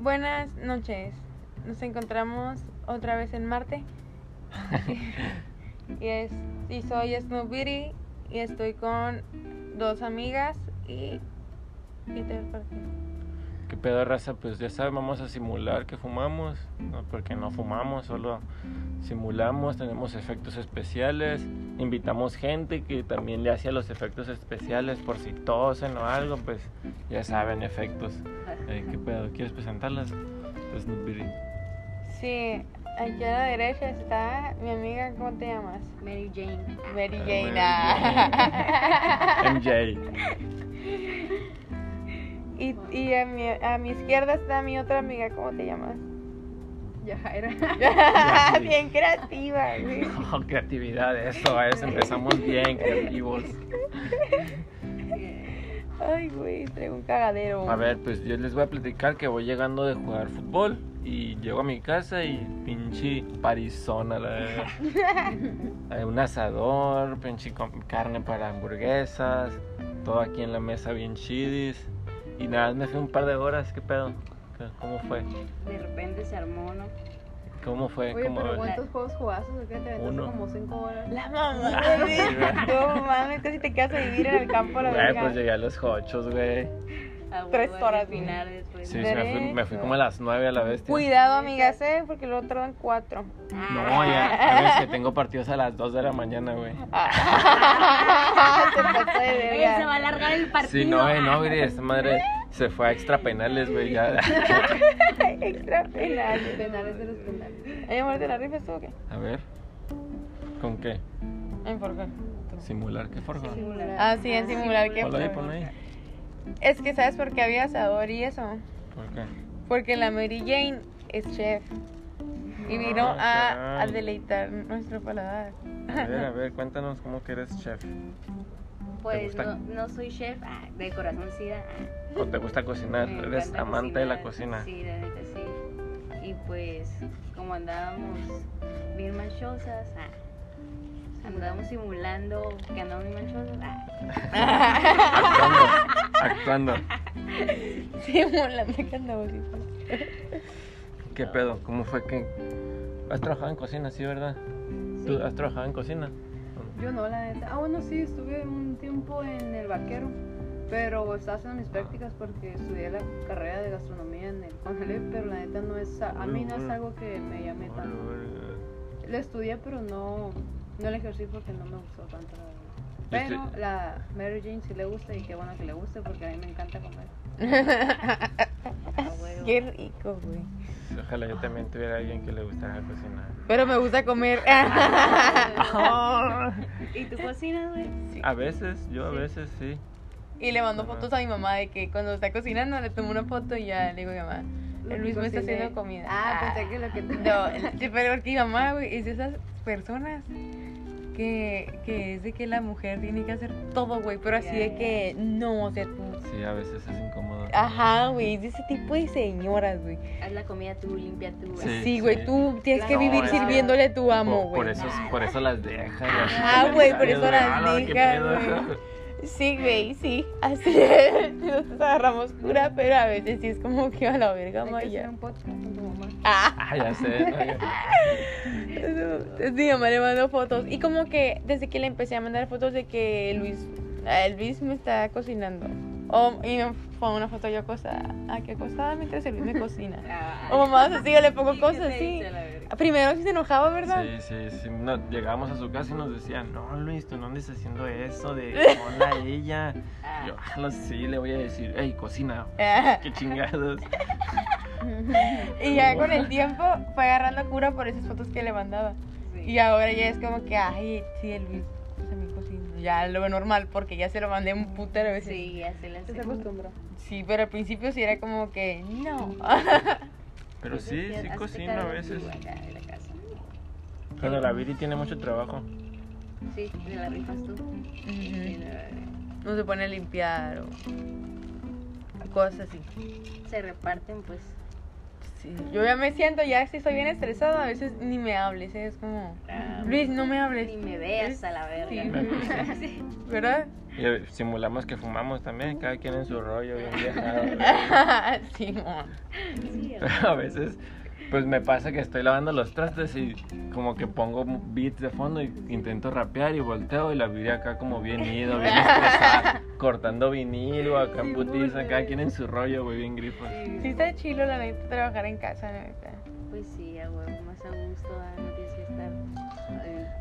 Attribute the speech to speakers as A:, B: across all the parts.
A: Buenas noches. Nos encontramos otra vez en Marte. y, es, y soy Snoop Beauty y estoy con dos amigas y... y te- ¿por qué?
B: ¿Qué pedo, raza? Pues ya saben, vamos a simular que fumamos, ¿no? porque no fumamos, solo simulamos, tenemos efectos especiales, invitamos gente que también le hacía los efectos especiales por si tosen o algo, pues ya saben, efectos. Eh, ¿Qué pedo? ¿Quieres presentarlas? Pues Snoop Dogg.
A: Sí, aquí a la derecha está mi amiga, ¿cómo te llamas?
C: Mary Jane.
A: Mary
B: Ah,
A: Jane.
B: Mary
A: ah.
B: MJ.
A: y y a, mi, a mi izquierda está mi otra amiga, ¿cómo te llamas?
C: Yajaira.
A: Bien creativa, güey.
B: Oh, creatividad, eso es, empezamos bien, creativos.
A: Ay, güey, traigo un cagadero.
B: A ver, pues yo les voy a platicar que voy llegando de jugar fútbol y llego a mi casa y pinche parizona, la verdad. Hay un asador, pinche com- carne para hamburguesas, todo aquí en la mesa bien chidis. Y nada, me fui un par de horas, ¿qué pedo? ¿Qué- ¿Cómo fue?
C: De repente se armó, ¿no?
B: ¿Cómo fue? Eh,
D: Oye,
B: ¿Cómo-
D: pero
C: bueno.
D: ¿cuántos juegos jugaste? Acá te aventaste
B: Uno.
D: como 5 horas.
A: La mamá, güey. No mames, casi te quedas a vivir en el campo, la
B: Güey,
A: verdad.
B: pues llegué a los ochos, güey.
C: A huevo,
A: Tres
C: al
A: horas,
C: final después.
B: Sí, sí, me fui, me fui como a las nueve a la bestia.
A: Cuidado, amigas, eh, porque luego tardan cuatro.
C: Ah.
B: No, ya, sabes que tengo partidos a las 2 de la mañana, güey.
A: Ah, te pasó de
C: Oye,
A: verga.
C: se va a alargar el partido.
B: Sí, no, eh, no, güey, esta madre se fue a extra penales, güey, ya.
A: Extra penal.
D: Penales de los penales.
A: ¿Hay amor de la rifa tú o qué?
B: A ver. ¿Con qué?
A: Ay, ¿por qué?
B: Simular, ¿qué forma?
C: Simular. pues,
A: Ah, sí, en simular, ¿qué
B: Ponlo ahí,
A: fue?
B: ponlo ahí.
A: Es que sabes por qué había asador y eso.
B: ¿Por qué?
A: Porque la Mary Jane es chef. Y vino a,
B: Ah,
A: a
B: ok.
A: deleitar nuestro paladar.
B: A ver, a ver, cuéntanos cómo que eres chef.
C: Pues
B: gusta?
C: no, no soy chef, ah, de corazón sí. ah,
B: ¿O te gusta cocinar?
C: me
B: ¿Eres
C: encanta
B: amante de la
C: cocinar,
B: cocina?
C: Sí, la neta sí. Y pues, como andábamos bien manchosas, ah, andábamos simulando que andábamos bien manchosas. ah,
B: Actuando, actuando.
A: Simulando que andamos. así.
B: ¿Qué pedo? ¿Cómo fue que...? ¿Has trabajado en cocina, sí, verdad? ¿Tú has trabajado en cocina?
D: Yo no, la neta. Ah, bueno, sí, estuve un tiempo en el vaquero. Pero estaba haciendo mis prácticas porque estudié la carrera de gastronomía en el CONALEP, pero la neta no es. A, a mí no es algo que me llame tanto. La estudié, pero no, no la ejercí porque no me gustó tanto. la verdad. Pero la Mary Jane sí le gusta y qué bueno que le guste porque a mí me encanta comer.
C: a huevo.
A: Qué rico, güey.
B: Ojalá yo también tuviera alguien que le gustara cocinar.
A: Pero me gusta comer.
C: ¿Y tú cocinas, güey?
B: A veces, yo a veces sí.
A: Y le mando fotos a mi mamá de que cuando está cocinando le tomo una foto y ya le digo a mi mamá,
D: Lo
A: el
D: que
A: Luis me está
D: cociné.
A: haciendo comida.
D: Ah, pensé que lo que te.
A: No, sí, pero porque mi mamá, güey, es de esas personas que, que es de que la mujer tiene que hacer todo, güey, pero así
C: Ya,
A: de
C: ya.
A: que no, o sea, tú-
B: Sí, a veces es incómodo.
A: Ajá, güey, es de ese tipo de señoras, güey.
C: Haz la comida tú, limpia tú.
B: Sí.
A: Sí, güey, tú tienes que
B: No,
A: vivir
B: es que-
A: sirviéndole a tu amo,
B: por,
A: güey.
B: por eso, por eso las dejan.
A: Ah, güey, por eso las dejan,
B: dejan
A: güey. Sí,
D: Eh.
A: güey, sí, así es. Nosotros agarramos cura, pero a veces sí es como que a la verga,
D: Hay que hacer
A: Maya.
D: un podcast con tu mamá.
A: Ah,
B: Ah, ya sé. no, ya-
A: sí, mi mamá le mandó fotos. Y como que desde que le empecé a mandar fotos de que Luis, eh, Luis me está cocinando. O, y me fue una foto yo acostada, ah, que acostada mientras el Luis me cocina.
C: Ah,
A: O mamá así, yo le
C: ¿y
A: pongo
C: qué
A: cosas Ah,
C: te
A: así.
C: dice la verga?
A: Primero sí se enojaba, ¿verdad?
B: Sí, sí, sí. No, llegamos a su casa y nos decían, no, Luis, tú no andes haciendo eso de hola ella.
C: Ah,
B: Yo, "Ah, lo sí, le voy a decir, hey, cocina, qué chingados.
A: Y ya con el tiempo fue agarrando cura por esas fotos que le mandaba.
C: sí.
A: Y ahora ya es como que, ay, sí, el Luis se me cocina. Ya lo ve normal porque ya se lo mandé un putero de veces. Sí.
C: Sí, ya se las
D: Se acostumbra.
A: pero al principio sí era como que, no.
B: Pero sí, sí cocino a veces.
C: ah,
B: Pero
C: Pero
B: la Viri tiene mucho trabajo.
C: Sí, te la rifas tú. Sí,
A: Ujú.
C: la verdad.
A: No se pone a limpiar o cosas así.
C: Se reparten, pues.
A: Sí. Yo ya me siento, ya si estoy bien estresada, a veces ni me hables, ¿eh? es como,
C: ah,
A: Luis, no me hables,
C: Ni me veas a la
A: Sí.
C: verga. Sí.
A: ¿verdad?
B: Y eh, simulamos que fumamos también, cada quien en su rollo, bien viajado.
A: Simón.
C: Sí, o sea,
B: Pero a veces, pues me pasa que estoy lavando los trastes y como que pongo beats de fondo y intento rapear y volteo y la vida acá como bien ido, bien estresada, cortando vinilo, acá en
D: Sí,
B: putiza,
D: güey.
B: cada quien en su rollo, güey, bien grifos.
A: Sí está chilo, la neta, trabajar en casa, la neta.
C: pues sí, a huevo, más a gusto, ah, no tienes que estar en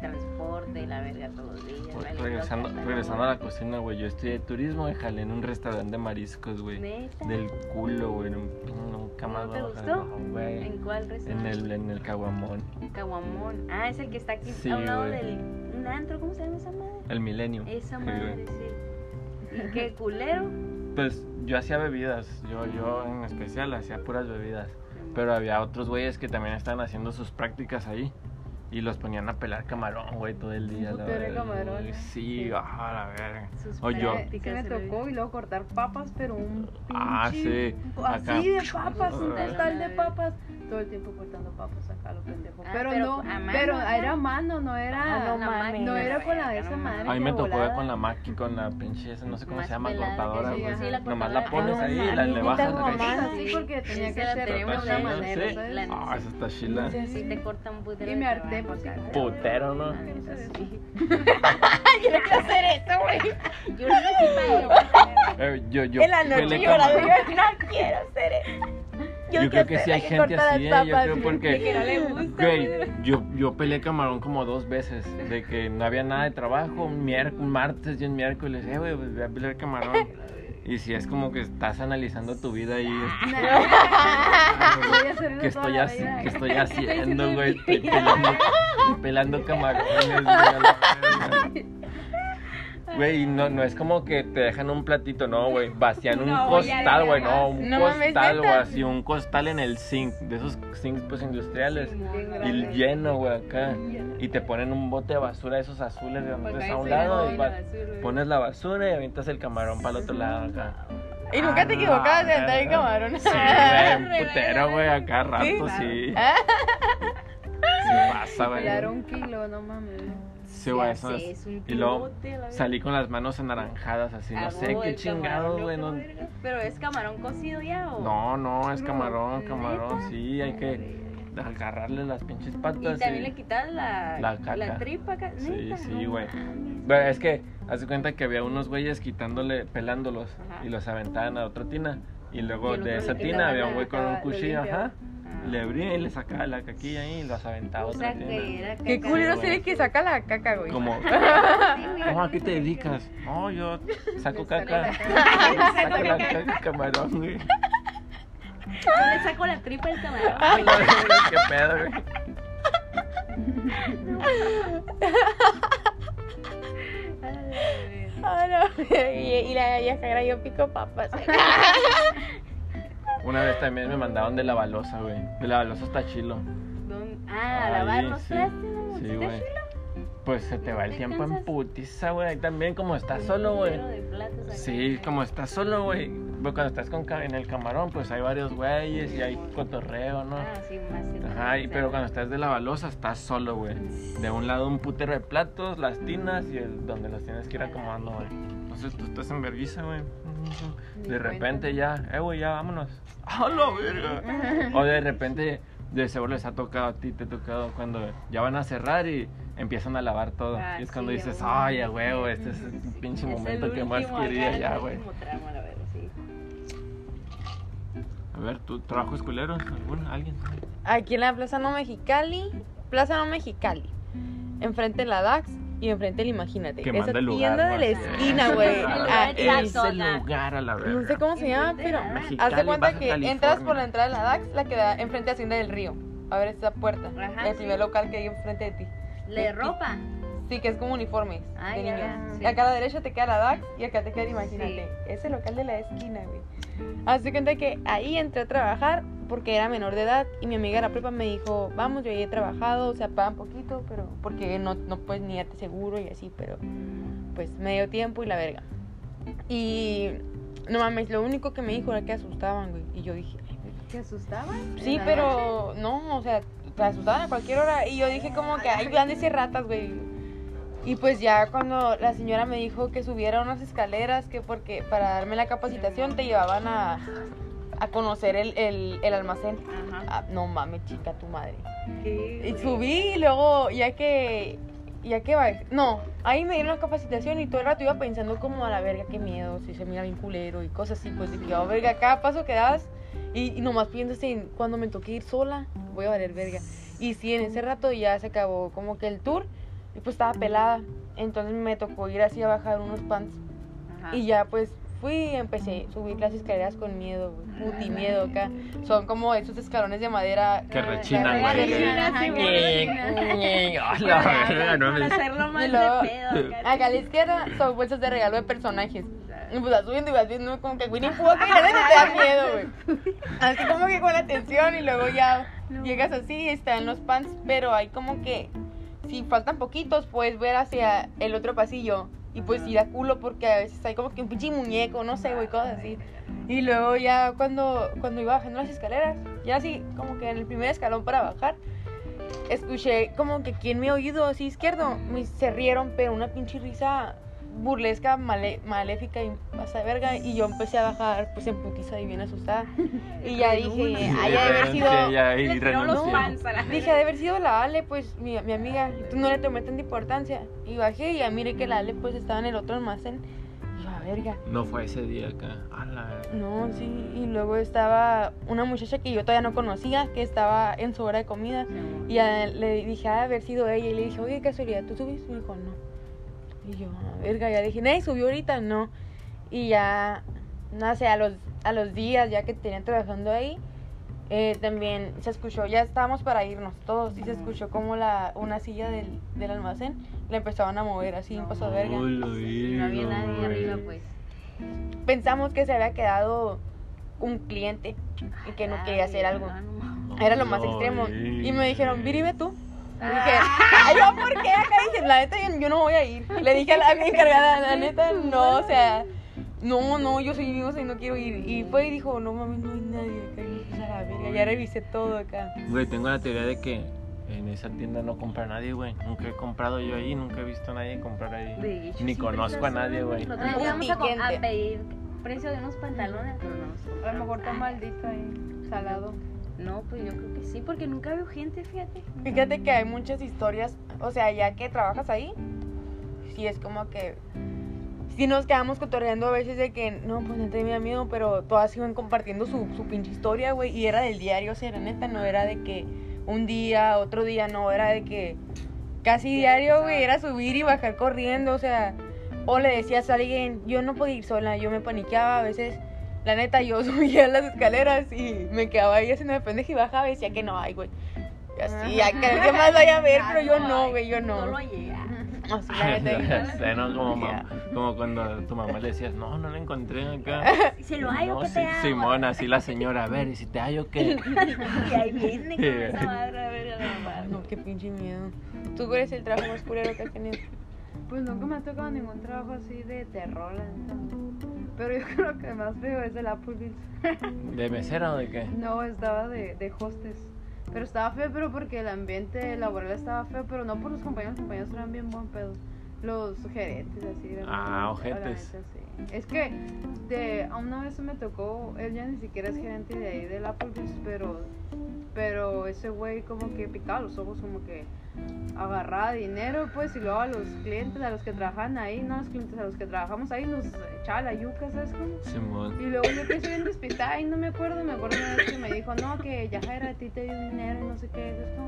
C: transporte y la verga todos los días.
B: Pues,
C: valiendo
B: regresando,
C: caca,
B: regresando a
C: ¿no?
B: la cocina, güey, yo estudié turismo y jalé en un restaurante de mariscos, güey.
C: ¿Neta?
B: Del culo, güey, no- nunca
C: ¿No
B: más
C: te
B: voy a bajar,
C: gustó?
B: no, güey.
C: ¿En cuál
B: En
C: restaurante?
B: el, en el caguamón,
C: Caguamón. Ah, es el que está aquí
B: Sí,
C: a un lado
B: güey.
C: del. Un antro, ¿cómo se llama esa madre?
B: el milenio.
C: Esa
B: Sí,
C: madre,
B: güey.
C: sí. ¿Y qué culero?
B: Pues yo hacía bebidas, yo, yo en especial hacía puras bebidas. Pero había otros güeyes que también estaban haciendo sus prácticas ahí. Y los ponían a pelar camarón, güey, todo el día.
D: Un
B: la
D: putero de
B: verga,
D: camarón,
B: güey.
D: ¿no?
B: Sí,
D: Sí.
B: ajá, la verga.
C: Sus
B: o yo.
D: Sí me
C: prácticas, se lo
D: tocó y luego cortar papas, pero un
B: Ah,
D: pinche-
B: sí, acá.
D: Así de papas, un
B: Ah.
D: costal de papas. Todo el tiempo cortando papas acá, lo pendejo.
C: Ah,
D: pero,
C: pero
D: no,
C: a mano,
D: pero
C: ¿no?
D: era a mano, no
A: Ah,
D: era.
A: no mames.
D: no era con la de esa
C: No mames.
D: madre.
B: A mí me
D: que
B: tocó
D: volaba.
B: con la máquina, con la pinche, esa, no sé cómo
C: Más
B: se llama,
C: pelada que
B: cortadora,
D: sí,
B: güey.
D: ajá. Sí,
C: la
B: Nomás la
C: cortadora.
B: pones
A: Ah,
B: ahí,
A: no
B: la, le
A: mames,
B: bajas.
A: tengo
B: acá y-
A: mamá.
D: Así porque tenía que
C: Esa la
D: ser de
C: tenemos
D: una
C: ahí,
D: manera,
C: sí.
D: ¿sabes?
C: La-
B: Ah, esa está chila.
A: Sí.
C: Sí, te cortan un putero
D: Y
C: de
D: me harté,
C: trabajo,
D: pues,
C: acá.
D: sí.
B: Putero, ¿no?
C: La neta, sí.
A: Yo no quiero hacer eso, güey.
C: Yo no sé
B: Eh, yo, yo,
A: En la
B: pelé
A: noche llorando,
B: camarón.
A: yo no quiero hacer eso.
B: Yo creo que sí hay gente así, ¿eh? Yo creo porque-
A: Que no le gusta. güey.
B: Güey, yo, yo peleé camarón como dos veces, de que no había nada de trabajo, un, mier- un martes y un miércoles, eh, güey, pues, voy a pelear camarón. Y si es como que estás analizando tu vida y
D: Voy a hacer eso
B: que
D: toda
B: estoy,
D: la
B: haci-
D: vida.
B: que estoy haciendo,
D: haciendo
B: güey,
D: mi
B: Estoy pelando, estoy pelando camarones, güey, a la verga. Güey, no, no es como que te dejan un platito, no, güey, vacían un
D: No, ya,
B: costal,
D: ya,
B: güey,
D: ya.
B: no, un
A: No mames,
B: costal, güey,
A: neta.
B: así, un costal en el zinc, de esos zincs, pues, industriales.
D: Bien
B: Y
D: grande.
B: lleno, güey, acá. Y te ponen un bote de basura, esos azules de donde
C: Pues
D: Porque
B: estás
D: ahí
B: a un
D: se
B: lado.
D: ve
B: Y
D: la
B: va-
D: basura.
B: pones la basura y avientas el camarón para el otro lado acá.
A: Y nunca te equivocabas de andar en camarón.
B: Ah, Sí, güey, un putero, güey, acá
A: Sí.
B: rato, sí. Sí pasa, güey.
D: Tirar un kilo, no mames.
B: Sí, güey, eso
C: Sí,
B: es.
C: es un
B: Y luego
C: tubote, a la verga.
B: salí con las manos anaranjadas, así,
C: Ah,
B: no sé
C: huevo,
B: qué
C: el
B: chingados,
C: camarón,
B: güey.
C: no,
B: No,
C: qué verga. Pero es camarón cocido ya o.
B: no, no, es
D: No,
B: camarón, camarón,
C: ¿neta?
B: sí, hay que agarrarle las pinches patas.
C: Y también
B: sí.
C: le quitas la,
B: La caca.
C: la tripa acá.
B: Sí,
C: neta,
B: sí,
C: no
B: güey.
C: mames.
B: Bueno, es que haz de cuenta que había unos güeyes quitándole, pelándolos
C: Ajá.
B: y los aventaban a otra tina. Y
C: Y
B: luego
C: el otro
B: de
C: le
B: esa tina
C: quitaba
B: había
C: la-
B: un güey con un
D: la-
B: cuchillo,
D: la limpiaba.
B: ajá. Le abría y le sacaba la caquilla ahí y los aventaba a
C: O sea,
B: otra
C: que
B: tina.
C: era
A: Qué
C: caca.
A: culero
B: Sí,
A: ser el que saca la caca, güey.
B: Como, "Oh, ¿a qué te dedicas? No, yo saco
D: Le saco
B: caca.
D: la
B: Saco la caca, camarón, güey.
C: No le saco la tripa al camarón.
B: ¿Qué pedo, güey?
A: Ah, no. Y, y la yajara yo pico papas.
B: Una vez también me mandaron de la balosa, güey. De la balosa está chilo.
C: ¿Dónde? Ah, lavar
B: Ahí,
C: los
B: sí.
C: trastes, ¿no?
B: Sí,
C: ¿Sí te
B: güey.
C: chilo?
B: Pues se te va el
C: ¿Te
B: tiempo en
C: cansas?
B: putiza, güey. Ahí También como estás
C: Un
B: solo, güey.
C: putero de platos acá.
B: Sí, como estás solo, güey. Pues cuando estás con ca- en el camarón, pues hay varios güeyes y hay cotorreo, ¿no?
C: Ah, sí, más el-
B: Ajá, y-
C: o sea,
B: pero cuando estás de la balosa, estás solo, güey. De un lado un putero de platos, las tinas y el donde los tienes que ir acomodando, güey. Entonces tú estás en vergüenza, güey. De repente ya, eh, güey, ya vámonos. ¡A la verga! O de repente, de seguro les ha tocado a ti, te ha tocado cuando ya van a cerrar y empiezan a lavar todo.
C: Ah,
B: y es cuando
C: sí,
B: dices,
C: güey.
B: ay, a huevo, este es el
C: es
B: pinche
C: el
B: momento que más
C: último acá,
B: quería ya,
C: el
B: güey.
C: último tramo, la verdad, sí.
B: A ver, ¿tú trabajos culeros? ¿Algún? ¿Alguien?
A: Aquí en la Plaza No Mexicali. Plaza No Mexicali. Enfrente de la DAX y enfrente del Imagínate.
B: Que
A: Esa
B: manda el lugar.
A: tienda de la
B: más.
A: esquina,
B: Sí.
A: güey.
C: El lugar
A: Ah,
C: exacto.
A: es-
B: Ese lugar a la verga.
A: No sé cómo se llama, pero
C: Mexicali,
A: haz de cuenta
B: Baja
A: que
B: California.
A: entras por la entrada de la DAX, la que da enfrente a Hacienda del Río. A ver esa puerta.
C: Ajá,
A: el
C: sí.
A: primer local que hay enfrente de ti.
C: Le ropa.
A: Sí, que es como uniformes
C: Ay,
A: de
C: Ah, ya,
A: niños.
C: sí.
A: Y acá a la derecha te queda la DAX y acá te queda, el imagínate, ese local de la esquina, güey. Así cuenta que ahí entré a trabajar porque era menor de edad y mi amiga de la prepa me dijo, vamos, yo ya he trabajado, o sea, pagan poquito, pero porque no, no puedes ni darte seguro y así, pero pues medio tiempo y la verga. Y no mames, lo único que me dijo era que asustaban, güey. Y yo dije, "Ay, güey".
D: ¿Te asustaban?
A: sí, pero no, o sea, te asustaban a cualquier hora. Y yo dije como que, ay, güey, han de ser ratas, güey. Y pues ya cuando la señora me dijo que subiera unas escaleras, que porque para darme la capacitación te llevaban a, a conocer el, el- el almacén.
C: Ajá.
A: Ah, no mames, chica, tu madre.
C: ¿Qué,
A: Y
C: güey?
A: subí y luego ya que... Ya que va, no, ahí me dieron la capacitación y todo el rato iba pensando como a la verga, qué miedo, si se mira bien culero y cosas así, pues de que, oh, verga, cada paso que das y, y nomás piensas en cuando me toque ir sola, voy a valer verga. Y sí, en ese rato ya se acabó como que el tour y pues estaba pelada, entonces me tocó ir así a bajar unos pants
C: Ajá.
A: y ya pues fui y empecé a subir las escaleras con miedo, güey, puti miedo acá. Son como esos escalones de madera
B: Que rechina,
A: Ay,
B: güey.
A: rechina,
C: Ajá,
A: sí,
C: que
A: güey.
C: rechina.
B: A la verga,
C: Para
B: no me-
C: hacerlo más
A: Y luego-
C: de pedo. acá.
A: Acá a la izquierda son bolsas de regalo de personajes. Y pues vas subiendo y vas viendo como que Winnie Pooh, que neta te da miedo, güey. Así como que con la atención y luego ya
C: No.
A: llegas así y están los pants, pero hay como que si faltan poquitos puedes ver hacia el otro pasillo. Y pues
C: Ajá.
A: ir a culo porque a veces hay como que un pinche muñeco, no sé, güey, cosas así. Y luego ya cuando, cuando iba bajando las escaleras, ya así como que en el primer escalón para bajar, escuché como que aquí en mi oído así izquierdo me- se rieron, pero una pinche risa burlesca, male- maléfica y pasa de verga. Y yo empecé a bajar pues en putiza y bien asustada. Y ya dije, ay, ha de haber sido...
B: Sí, ya ahí
C: Le tiró los
B: renuncié.
C: fans a la
A: Dije, ha de haber sido la Ale, pues mi, mi amiga. Y tú no le tomé tanta importancia. Y bajé y ya miré que la Ale pues estaba en el otro almacén. Y yo, a verga.
B: No fue ese día acá. A la verga.
A: No, sí, y luego estaba una muchacha que yo todavía no conocía, que estaba en su hora de comida,
C: Sí.
A: y a- le dije, ha de haber sido ella, y le dije, oye, de casualidad, ¿tú subiste? Me dijo, no. Y yo, "Ah, verga, ya dije, nadie subió ahorita, no. Y ya, no sé, a los, a los días ya que tenían trabajando ahí, eh, también se escuchó, ya estábamos para irnos todos, y se
C: Ajá.
A: escuchó como la, una silla del, del almacén la empezaban a mover así,
C: No.
A: pasó de verga.
B: Hola,
C: No había
B: verga,
C: nadie
B: güey.
C: arriba, pues.
A: Pensamos que se había quedado un cliente y que
C: Ah,
A: no quería hacer algo. Era lo más
B: Hola,
A: extremo. Y me
B: verga.
A: dijeron, Viri, ve tú. Y dije, ay, yo, ¿por qué? Acá dije, la neta, yo, yo no voy a ir. Y le dije a la a mi encargada, la neta, no, o sea, no, no, yo soy o sea, no quiero ir. Y fue y dijo, no mames, no hay nadie acá. Y yo, pues, a la verga, ya revisé todo acá.
B: Güey, tengo la teoría de que en esa tienda no compra nadie, güey. Nunca he comprado yo ahí, nunca he visto a nadie comprar ahí.
C: De hecho,
B: Ni
C: siempre
B: conozco a
C: está
B: nadie,
C: solo.
B: güey.
C: El otro día
A: Un
C: íbamos a, com-
A: piquete.
C: a pedir precio de unos pantalones, pero no los
D: A
C: compramos.
D: lo mejor está
C: Ah,
D: maldito ahí, salado.
C: No, pues yo creo que sí, porque nunca veo gente, fíjate.
A: Fíjate que hay muchas historias, o sea, ya que trabajas ahí, sí es como que. Sí nos quedamos cotorreando a veces de que, no, pues no tenía miedo, pero todas iban compartiendo su, su pinche historia, güey. Y era del diario, o sea, era neta, no era de que un día, otro día, no, era de que casi diario, güey, era subir y bajar corriendo, o sea. O le decías a alguien, yo no podía ir sola, yo me paniqueaba a veces. La neta, yo subía las escaleras y me quedaba ahí haciendo de pendeja y bajaba y decía que no hay, güey. Y así, ya que alguien más vaya a ver, pero yo no, güey, yo
C: No lo
A: no.
C: llega.
A: Así, la neta,
B: O sea, ¿no? como,
A: Ya.
B: mam- como cuando a tu mamá le decías, no, no la encontré acá.
C: Si lo hay,
B: no,
C: ¿o qué
B: si-
C: te hago?
B: Simón, así la señora, a ver, y si te hallo, ¿qué?
C: Y ahí viene con esa madre a ver a la
A: yo,
C: madre.
A: no, qué pinche miedo. ¿Tú cuál es el trabajo más culero que has tenido?
D: Pues nunca me ha tocado ningún trabajo así de terror, la neta. Pero yo creo que más feo es el Applebee's.
B: ¿De mesera o de qué?
D: No, estaba de, de hostes. Pero estaba feo, pero porque el ambiente laboral estaba feo, pero no por los compañeros, los compañeros eran bien buen pedo. Los gerentes, así. eran
B: Ah,
D: bien- la
B: ojetes.
D: neta, sí. Es que de, a una vez me tocó, él ya ni siquiera es gerente de ahí del Applebee's, pero, pero ese güey como que picaba los ojos, como que agarraba dinero, pues, y luego a los clientes, a los que trabajan ahí, no a los clientes, a los que trabajamos ahí, nos echaba la yuca, ¿sabes cómo?
B: Simón.
D: Y luego yo que soy bien despistada y no me acuerdo, me acuerdo una vez que me dijo, no, que ya era a ti te dio dinero y no sé qué es esto.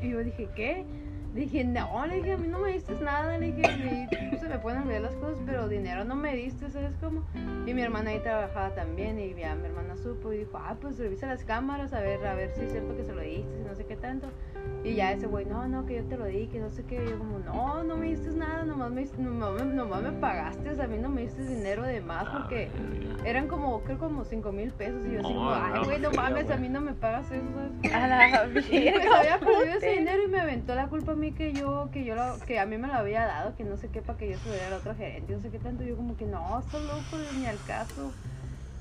D: Y yo dije, ¿qué? Dije, no, le dije, a mí no me diste nada, le dije, y se me pueden olvidar las cosas, pero dinero no me diste, ¿sabes cómo? Y mi hermana ahí trabajaba también y ya mi hermana supo y dijo, ah, pues revisa las cámaras, a ver, a ver si es cierto que se lo diste, no sé qué tanto. Y ya ese güey, no, no, que yo te lo di, que no sé qué. Y yo como, no, no me diste nada, nomás me, diste- nomás, me- nomás me pagaste, o sea, a mí no me diste dinero de más porque... Eran como, creo como 5 mil pesos. Y yo así,
B: No,
D: como, ay,
B: no,
D: güey, no
B: sí,
D: mames,
B: güey.
D: a mí no me pagas eso, ¿sabes?
A: A la
D: Y pues había perdido ese
A: verga.
D: dinero y me aventó la culpa a mí que yo, que yo, la- que a mí me lo había dado, que no sé qué, para que yo subiera al otro gerente, no sé qué tanto. Yo como que, no, está loco, ni al caso.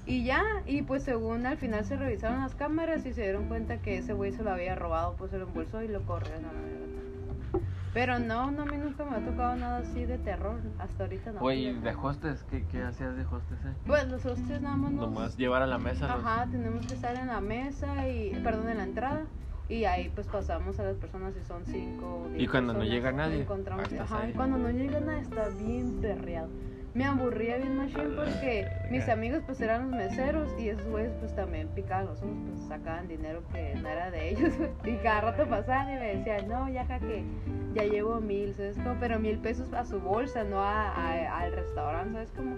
D: Y ya, y pues según al final se revisaron las cámaras y se dieron cuenta que ese güey se lo había robado, pues se lo embolsó y lo corrieron a la verga. Pero no, no, a mí nunca me ha tocado nada así de terror. Hasta ahorita no.
B: Oye, ¿y de hostes? ¿Qué, qué hacías de hostes, eh?
D: Pues los hostes nada más nos...
B: Nomás llevar a la mesa los-
D: Ajá, tenemos que estar en la mesa y... Perdón, en la entrada. Y ahí pues pasamos a las personas si son cinco o diez
B: Y cuando no
D: personas,
B: llega
D: y
B: nadie,
D: encontramos-
B: ahí estás
D: Ajá,
B: ahí.
D: y cuando no llega nadie está bien perreado. Me aburría bien machín
B: A Ah, la
D: porque
B: verga.
D: mis amigos pues eran los meseros y esos güeyes pues también picaban los ojos, pues sacaban dinero que no era de ellos. Y cada rato pasaban y me decían, no, ya que ya llevo mil, ¿sabes? Como, pero mil pesos a su bolsa, no a- a- al restaurante, ¿sabes? Como,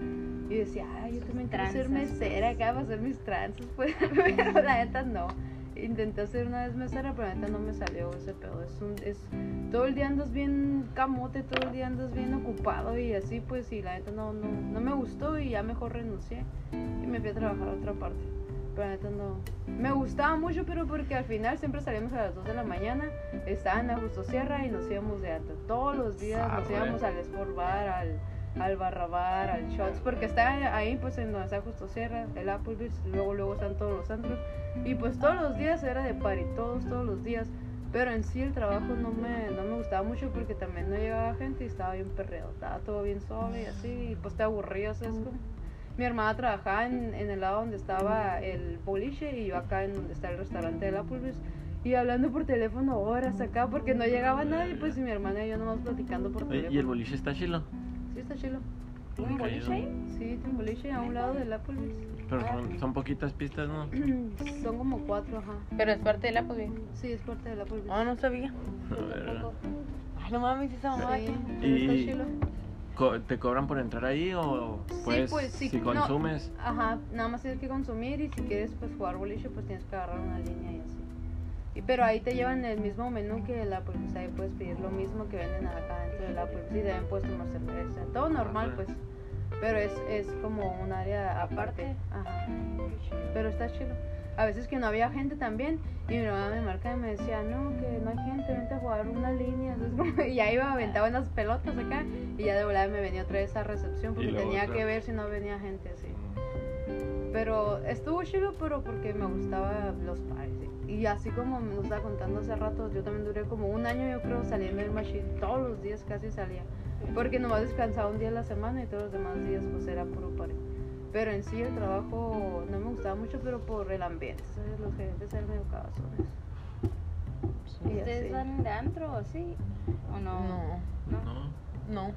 D: y decía, ay, yo también quiero ser
C: Tranzas,
D: mesera, acá para hacer mis tranzas, pues, pero la neta no. Intenté ser una vez mesera, pero la neta no me salió ese pedo. Es un, es, todo el día andas bien camote, todo el día andas bien ocupado y así, pues, y la neta no, no, no me gustó y ya mejor renuncié y me fui a trabajar a otra parte. Pero la neta no. Me gustaba mucho, pero porque al final siempre salíamos a las 2 de la mañana, estaba en Augusto Sierra y nos íbamos de alto. Todos los días nos
B: Arre.
D: íbamos al Sport Bar, al, al Barrabar, al Shots, porque está ahí pues en donde está Augusto Sierra, el Applebee's, luego luego están todos los antros. Y pues todos los días era de party, todos, todos los días. Pero en sí el trabajo no me, no me gustaba mucho porque también no llegaba gente y estaba bien perreado, estaba todo bien solo y así, y pues te aburrías, es como... Mi hermana trabajaba en, en el lado donde estaba el boliche y yo acá en donde está el restaurante de la Pulvis. Y hablando por teléfono horas acá porque no llegaba nadie, pues y mi hermana y yo nomás platicando por
B: Oye,
D: teléfono.
B: ¿Y el boliche está chilo?
D: Sí, está chilo.
C: ¿Un boliche ahí?
D: Sí, tiene un boliche a un lado del Applebee's.
B: Pero son, son poquitas pistas, ¿no?
D: Son como cuatro, ajá.
A: Pero es parte de la pues bien.
D: Sí, es parte del Applebee's.
A: Ah, no sabía.
B: A ver,
A: Ay, no mames, esa mamá.
D: Sí, pero
B: Ah, Y-
D: está chilo.
B: co- ¿Te cobran por entrar ahí o
D: Sí,
B: puedes,
D: pues, sí,
B: si
D: no.
B: consumes?
D: Ajá, nada más tienes que consumir y si quieres pues jugar boliche pues tienes que agarrar una línea y así. Y, pero ahí te llevan el mismo menú que el Applebee's, ahí puedes pedir lo mismo que venden acá dentro del Applebee's y también puedes tomar cerveza, todo normal
B: Ajá.
D: pues. Pero es, es como un área aparte. Ajá. Pero está chido. A veces que no había gente también y mi mamá me marcaba y me decía, no, que no hay gente, vente a jugar una línea. Entonces, como- y ya iba, aventaba unas pelotas acá y ya de volada me venía otra vez a recepción porque
B: luego
D: tenía
B: otra.
D: que ver si no venía gente así. Pero estuvo chido, pero porque me gustaba los pares. Y así como nos estaba contando hace rato, yo también duré como un año, yo creo, saliendo del machine. Todos los días casi salía. Porque nomás descansaba un día a la semana y todos los demás días pues era puro pare. Pero en sí el trabajo no me gustaba mucho, pero por el ambiente. ¿sabes? Los gerentes eran medio cabezones. Y
C: ¿Ustedes
D: así.
C: van de antro o así? ¿O no?
A: No,
C: No.
B: No.
A: no.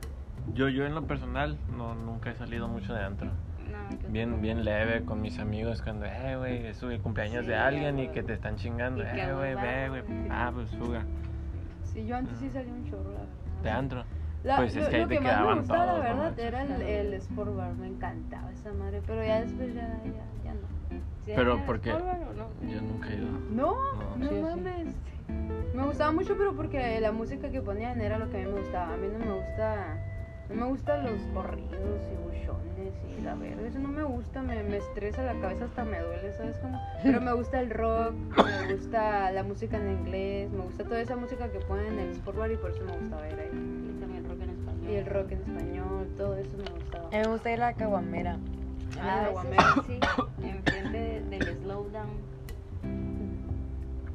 B: Yo, yo en lo personal no, nunca he salido mucho de antro.
C: No, yo
B: Bien, bien leve con mis amigos cuando, eh, güey, es el cumpleaños
C: Sí,
B: de alguien y
C: güey.
B: que te están chingando.
C: Y que
B: Eh, güey,
C: vos
B: ve,
C: vas,
B: güey.
C: güey.
B: Ah, pues fuga.
D: Sí, yo antes sí salía un chorro, la verdad.
B: De antro.
D: La-
B: Pues, es
D: lo,
B: que ahí
D: lo
B: te
D: que más me
B: quedaban
D: gustaba, la
B: todos, no
D: verdad,
B: manches.
D: era el, el Sport Bar. Me encantaba esa madre. Pero ya después ya, ya, ya no.
C: ¿Sí
B: Pero,
C: eran
B: ¿por qué?
C: Sport Bar o no?
B: Yo nunca he ido.
D: No,
B: No.
D: no
A: Sí, sí.
D: mames. Me gustaba mucho, pero porque la música que ponían era lo que a mí me gustaba. A mí no me gusta. No me gustan los corridos y buchones y la verga. Eso no me gusta, me, me estresa la cabeza, hasta me duele, ¿sabes cómo? Pero me gusta el rock, me gusta la música en inglés, me gusta toda esa música que ponen en el Sport Bar y por eso me gustaba ir ahí.
C: Y también rock en español.
D: Y el rock en español, todo eso me gustaba.
A: A mí me gusta ir a la caguamera.
C: Ah,
D: Ah,
C: eso
D: guamero.
C: sí, sí. Enfrente de- del slowdown.